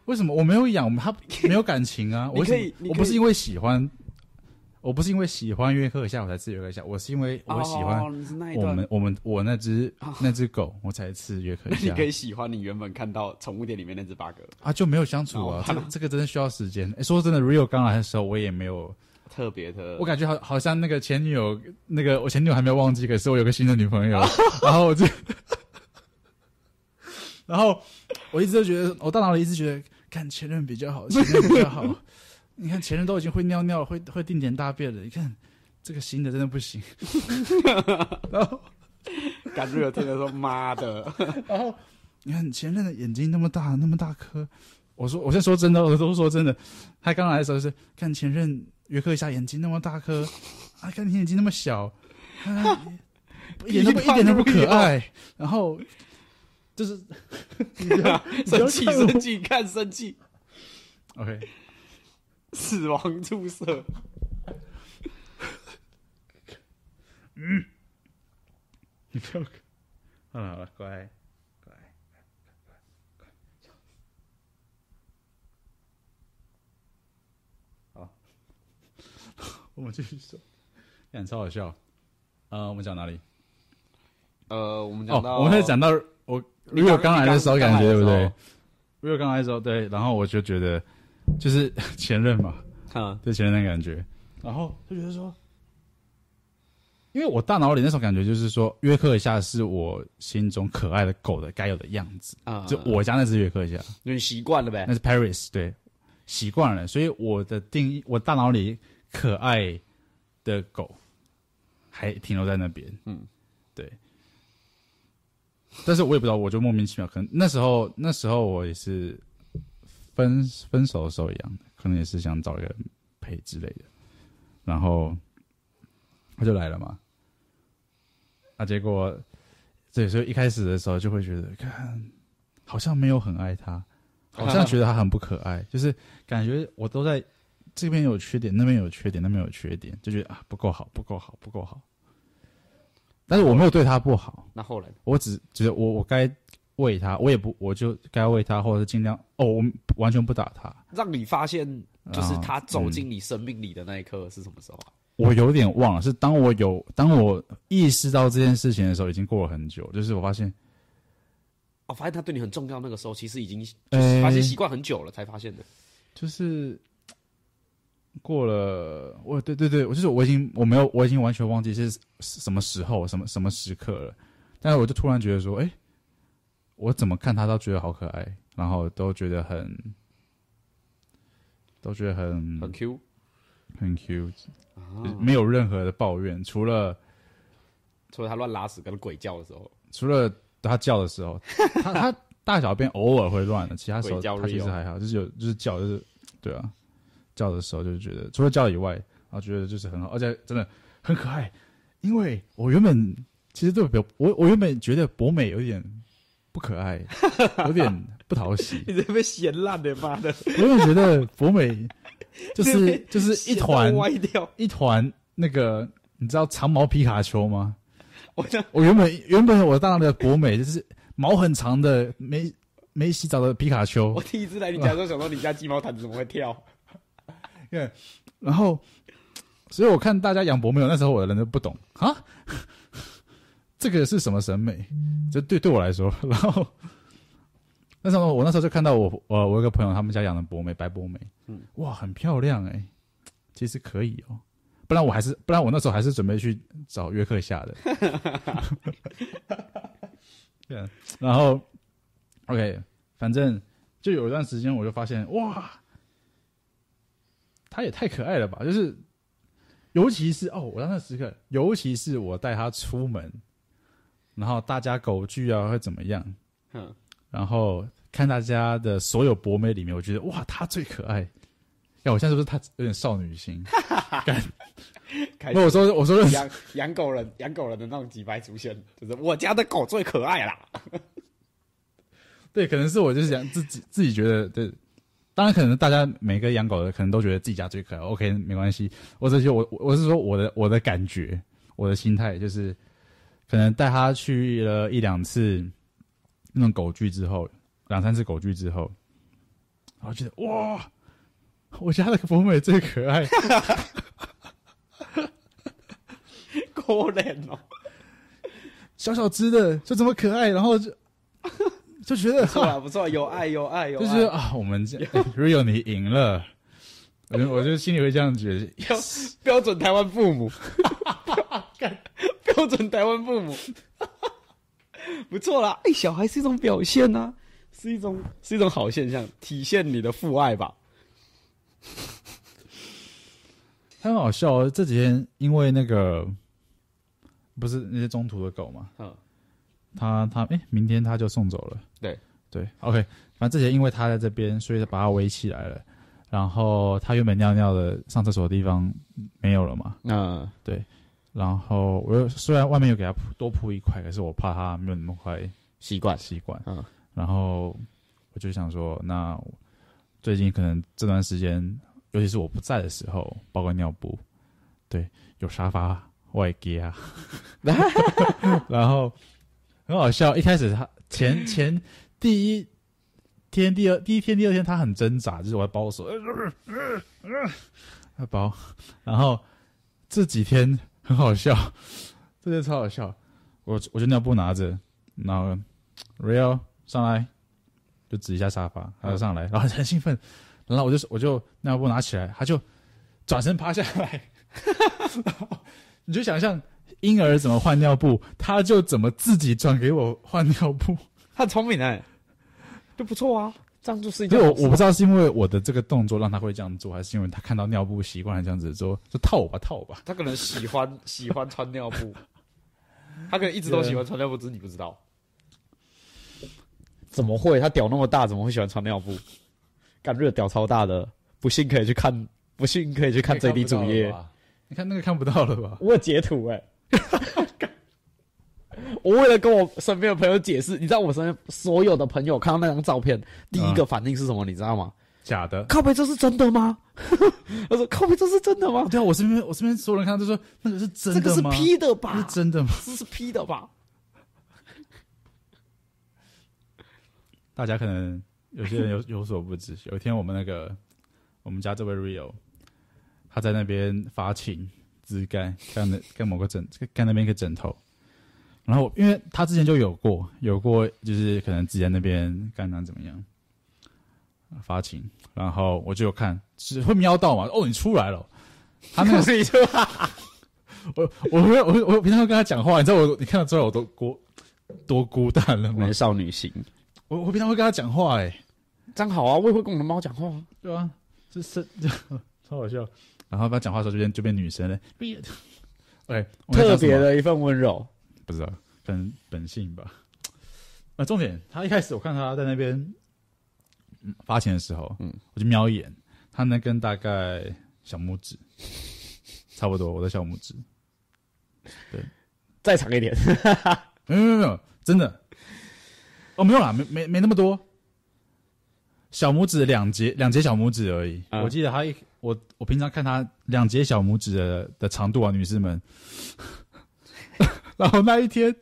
Speaker 1: 为什么我没有养？它没有感情啊。
Speaker 2: 你
Speaker 1: 我为
Speaker 2: 可
Speaker 1: 什
Speaker 2: 以
Speaker 1: 么
Speaker 2: 你可以
Speaker 1: 我不是因为喜欢，我不是因为喜欢约克夏我才吃约克夏，我是因为我喜欢
Speaker 2: 哦你是那一
Speaker 1: 我
Speaker 2: 段
Speaker 1: 们、我们我那只那只狗，我才吃约克
Speaker 2: *laughs* 那你
Speaker 1: 夏
Speaker 2: 可以喜欢你原本看到宠物店里面那只八哥，
Speaker 1: 啊，就没有相处啊。这个这个真的需要时间。诶说真的，Rio 刚来的时候，我也没有。
Speaker 2: 特别的。
Speaker 1: 我感觉好好像那个前女友，那个我前女友还没有忘记，可是我有个新的女朋友，然后我就，然后我一直都觉得，我大脑里一直觉得，看前任比较好，前任比较好。 *laughs* 你看前任都已经会尿尿，会会定点大便了，你看这个新的真的不行。
Speaker 2: 感觉有听着说妈
Speaker 1: *laughs*
Speaker 2: 的，
Speaker 1: 你看前任的眼睛那么大，那么大颗。我说，我先说真的，我都说真的。他刚来的时候是看前任约克一下，眼睛那么大颗，啊，看你眼睛那么小，啊、一点都不一点都不可爱。然后就是
Speaker 2: 生气
Speaker 1: 你不要看我
Speaker 2: 生气，看生气，
Speaker 1: OK，
Speaker 2: 死亡注射。
Speaker 1: 你不要看，好了好了，乖。好，我们继续说，感超好笑。呃，我们讲哪里？
Speaker 2: 呃，我们讲到，
Speaker 1: 哦，我们在讲到我
Speaker 2: 你
Speaker 1: 如果刚来的时候感觉
Speaker 2: 你刚
Speaker 1: 对不？
Speaker 2: 刚来的
Speaker 1: 对
Speaker 2: 时？
Speaker 1: 如果刚来的时候对，然后我就觉得就是 *laughs* 前任嘛，
Speaker 2: 候嗯，
Speaker 1: 对前任的感觉，然后就觉得说，因为我大脑里那种感觉就是说，约克一下是我心中可爱的狗的该有的样子，
Speaker 2: 啊
Speaker 1: 就我家那只约克一下，
Speaker 2: 你习惯了呗
Speaker 1: 那。是 Paris，对，习惯了，所以我的定义，我大脑里可爱的狗，还停留在那边。
Speaker 2: 嗯
Speaker 1: 嗯，对。但是我也不知道，我就莫名其妙，可能那时候那时候我也是分分手的时候一样的，可能也是想找一个人陪之类的，然后他就来了嘛。啊，结果对，所以一开始的时候就会觉得，看好像没有很爱他，好像觉得他很不可爱，就是感觉我都在这边有缺点，那边有缺点，那边有缺点，就觉得啊不够好，不够好，不够好。但是我没有对他不好，
Speaker 2: 那后来
Speaker 1: 我只觉得我我该喂他，我也不我就该喂他，或者是尽量哦，我完全不打他。
Speaker 2: 让你发现，就是
Speaker 1: 啊
Speaker 2: 他走
Speaker 1: 嗯
Speaker 2: 进你生命里的那一刻是什么时候啊？
Speaker 1: 我有点忘了，是当我有当我意识到这件事情的时候，已经过了很久。就是我发现，
Speaker 2: 哦，发现他对你很重要，那个时候其实已经就是
Speaker 1: 呃
Speaker 2: 发现习惯很久了才发现的。
Speaker 1: 就是过了，我对对对，我就是我已经我没有我已经完全忘记是什么时候、什么什么时刻了。但是我就突然觉得说，哎、我怎么看他都觉得好可爱，然后都觉得很，都觉得很
Speaker 2: 很 Q
Speaker 1: 很 cute，、
Speaker 2: 啊
Speaker 1: 就是，没有任何的抱怨，除了
Speaker 2: 除了他乱拉屎跟鬼叫的时候，
Speaker 1: 除了他叫的时候，他他大小便偶尔会乱的，其他时候
Speaker 2: 鬼叫
Speaker 1: 他其
Speaker 2: Rio
Speaker 1: 实还好，就是有就是叫就是对啊，叫的时候就是觉得除了叫以外，然后觉得就是很好，而且真的很可爱。因为我原本其实对表我我原本觉得博美有点不可爱，有点不讨喜，
Speaker 2: *laughs* 你这被嫌烂的妈
Speaker 1: *laughs*
Speaker 2: 的，
Speaker 1: 我原本觉得博美就是就是一团
Speaker 2: 歪掉。
Speaker 1: 一团那个，你知道长毛皮卡丘吗？
Speaker 2: *laughs* 我这
Speaker 1: 我原本原本我大脑里的博美就是毛很长的没没洗澡的皮卡丘
Speaker 2: 我，第一次来你家的时候，想到你家鸡毛掸子怎么会跳？
Speaker 1: *laughs* 然后，所以我看大家养博美，那时候我的人都不懂啊， *laughs* 这个是什么审美？这对对我来说， *laughs* 然后那时候我那时候就看到我呃我有个朋友他们家养的博美白博美，
Speaker 2: 嗯
Speaker 1: 哇，很漂亮哎、其实可以哦。不然我还是，不然我那时候还是准备去找约克夏的。对啊，然后 OK，反正就有一段时间，我就发现哇，他也太可爱了吧！就是，尤其是哦，我当时时刻，尤其是我带他出门，然后大家狗聚啊会怎么样？
Speaker 2: 哼，
Speaker 1: 然后看大家的所有博美里面，我觉得哇，他最可爱。哎，我现在是不是他有点少女心？ *laughs*
Speaker 2: 开
Speaker 1: 不，
Speaker 2: 始
Speaker 1: 我说我说认识
Speaker 2: 养养狗人养狗人的那种几白出现，就是我家的狗最可爱啦。 *laughs*
Speaker 1: 对，可能是我就是想自己自己觉得对。当然，可能大家每个养狗的可能都觉得自己家最可爱，OK，没关系。我这些我我我是说我的我的感觉，我的心态就是，可能带它去了一两次那种狗聚之后，两三次狗聚之后，然后觉得哇，我家的博美最可爱， *laughs*
Speaker 2: 可怜
Speaker 1: *laughs*
Speaker 2: 哦，
Speaker 1: 小小只的就这么可爱，然后就就觉得
Speaker 2: 不错啊啦，不错， *laughs* 有爱有爱有
Speaker 1: 就
Speaker 2: 爱，
Speaker 1: 是啊，我
Speaker 2: *laughs*
Speaker 1: 们这 Rio 你赢了，我就我就心里会这样觉得，
Speaker 2: 标准台湾父 *laughs* 母，标准台湾父母， *laughs* 不错啦，爱哎小孩是一种表现啊呐、是一种是一种好现象，体现你的父爱吧。
Speaker 1: 他很好笑哦。这几天因为那个不是那些中途的狗嘛，
Speaker 2: 嗯，
Speaker 1: 他他哎、明天他就送走了。
Speaker 2: 对
Speaker 1: 对，OK，反正这些因为他在这边，所以把他围起来了。然后他原本尿尿的上厕所的地方没有了嘛，
Speaker 2: 那、
Speaker 1: 然后我又虽然外面有给他铺多铺一块，可是我怕他没有那么快
Speaker 2: 习惯，
Speaker 1: 习惯，
Speaker 2: 嗯
Speaker 1: 然后我就想说，那最近可能这段时间，尤其是我不在的时候，包括尿布，对，有沙发外
Speaker 2: *laughs*
Speaker 1: 给啊，然后很好笑，一开始他前前第一天、第二第一天、第二天，他很挣扎，就是我要包手，呃呃呃要包，然后这几天很好笑，这些超好笑，我我就尿布拿着，然后 Real 上来，就指一下沙发，
Speaker 2: 嗯
Speaker 1: 他就上来，然后很兴奋，然后我就我就尿布拿起来，他就转身趴下来，然后你就想象婴儿怎么换尿布，他就怎么自己转给我换尿布，
Speaker 2: 他很聪明哎、就不错啊。这样做是一
Speaker 1: 所
Speaker 2: 件
Speaker 1: 以我
Speaker 2: 好事
Speaker 1: 我不知道是因为我的这个动作让他会这样做，还是因为他看到尿布习惯了这样子做，就套我吧套我吧。
Speaker 2: 他可能喜欢喜欢穿尿 *laughs* 布，他可能一直都喜欢穿尿布，只是你不知道。怎么会？他屌那么大，怎么会喜欢穿尿布？干热屌超大的，不信可以去看，不信可以去看最低主页。
Speaker 1: 你看那个看不到了吧？
Speaker 2: 我有截图哎、 *laughs* 我为了跟我身边的朋友解释，你知道我身边所有的朋友看到那张照片，第一个反应是什么？你知道吗？ *laughs*
Speaker 1: 假的。
Speaker 2: 靠背这是真的吗？他说靠背这是真的吗
Speaker 1: 哦，？对啊，我身边我身边所有人看到都说那个是真
Speaker 2: 这
Speaker 1: 的
Speaker 2: 个是
Speaker 1: 吗？
Speaker 2: P 的
Speaker 1: 这是
Speaker 2: 吧？
Speaker 1: 真的吗？
Speaker 2: 这是 P 的吧？
Speaker 1: 大家可能有些人有有所不知，有一天我们那个我们家这位 Rio，他在那边发情自干干的干某个枕干那边一个枕头，然后因为他之前就有过有过，就是可能自己在那边干啊男怎么样发情，然后我就有看，只会瞄到嘛，哦你出来了，他那个
Speaker 2: 是一句话，
Speaker 1: *laughs* 我我会我我平常会跟他讲话，你知道我你看到之后我都孤多孤单了吗
Speaker 2: 美？少女心，
Speaker 1: 我我平常会跟他讲话哎、欸
Speaker 2: 这样好啊！我也会跟我的猫讲话啊。
Speaker 1: 对啊，这是 *laughs* 超好笑。然后他讲话的时候就变就变女生了， *laughs* 哎，我在
Speaker 2: 特
Speaker 1: 讲什么
Speaker 2: 别的一份温柔。
Speaker 1: 不知道，本本性吧。那重点，他一开始我看他在那边嗯发钱的时候，嗯，我就瞄一眼，他那根大概小拇指，差不多我的小拇指，
Speaker 2: 再长一点， *laughs*
Speaker 1: 没有没有没有，真的，哦没有啦，没没没那么多，小拇指两节两节小拇指而已。
Speaker 2: 嗯
Speaker 1: 我记得他一我我平常看他两节小拇指的的长度啊，女士们。 *laughs* 然后那一天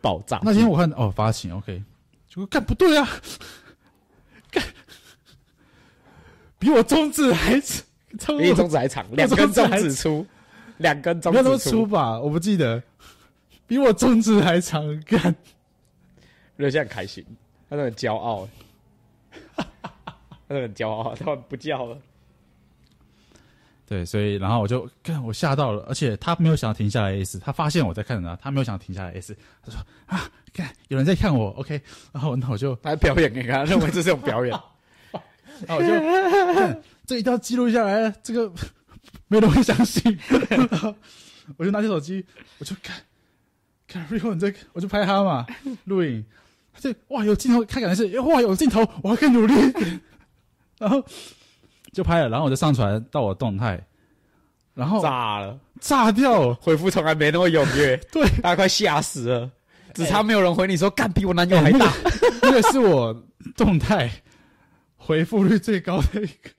Speaker 2: 爆炸。
Speaker 1: 那天我看哦发情 OK，结果干不对啊， *laughs* 干比我中指还长，差不
Speaker 2: 比你
Speaker 1: 多
Speaker 2: 中指还长，
Speaker 1: 那
Speaker 2: 两
Speaker 1: 中
Speaker 2: 根中
Speaker 1: 指还
Speaker 2: 指粗，两根中
Speaker 1: 没有那么
Speaker 2: 指
Speaker 1: 粗
Speaker 2: 粗，
Speaker 1: 吧？我不记得，比我中指还长，干。
Speaker 2: 热线很开心，他都很骄傲， *laughs* 他都很骄傲，他不叫了。
Speaker 1: 对，所以然后我就看我吓到了，而且他没有想要停下来的意思，他发现我在看着他，他没有想要停下来的意思，他说啊，看有人在看我，OK，然后那我就
Speaker 2: 他还表演给他，认为这是种表演。
Speaker 1: 然后我就干这一定要记录下来，这个没人会相信， *laughs* 然后我就拿起手机，我就看看 Rio 你在，我就拍他嘛，录影，他就哇有镜头，看感觉是哇有镜头，我要更努力， *laughs* 然后就拍了，然后我就上传到我动态，然后
Speaker 2: *laughs* 炸了，
Speaker 1: 炸掉。
Speaker 2: 回复从来没那么踊 *laughs* 跃，
Speaker 1: 对，
Speaker 2: 大家快吓死了。只差没有人回你说干比我男友还
Speaker 1: 哎 *laughs* 那
Speaker 2: 大
Speaker 1: 个，那个是我动态回复率最高的一个。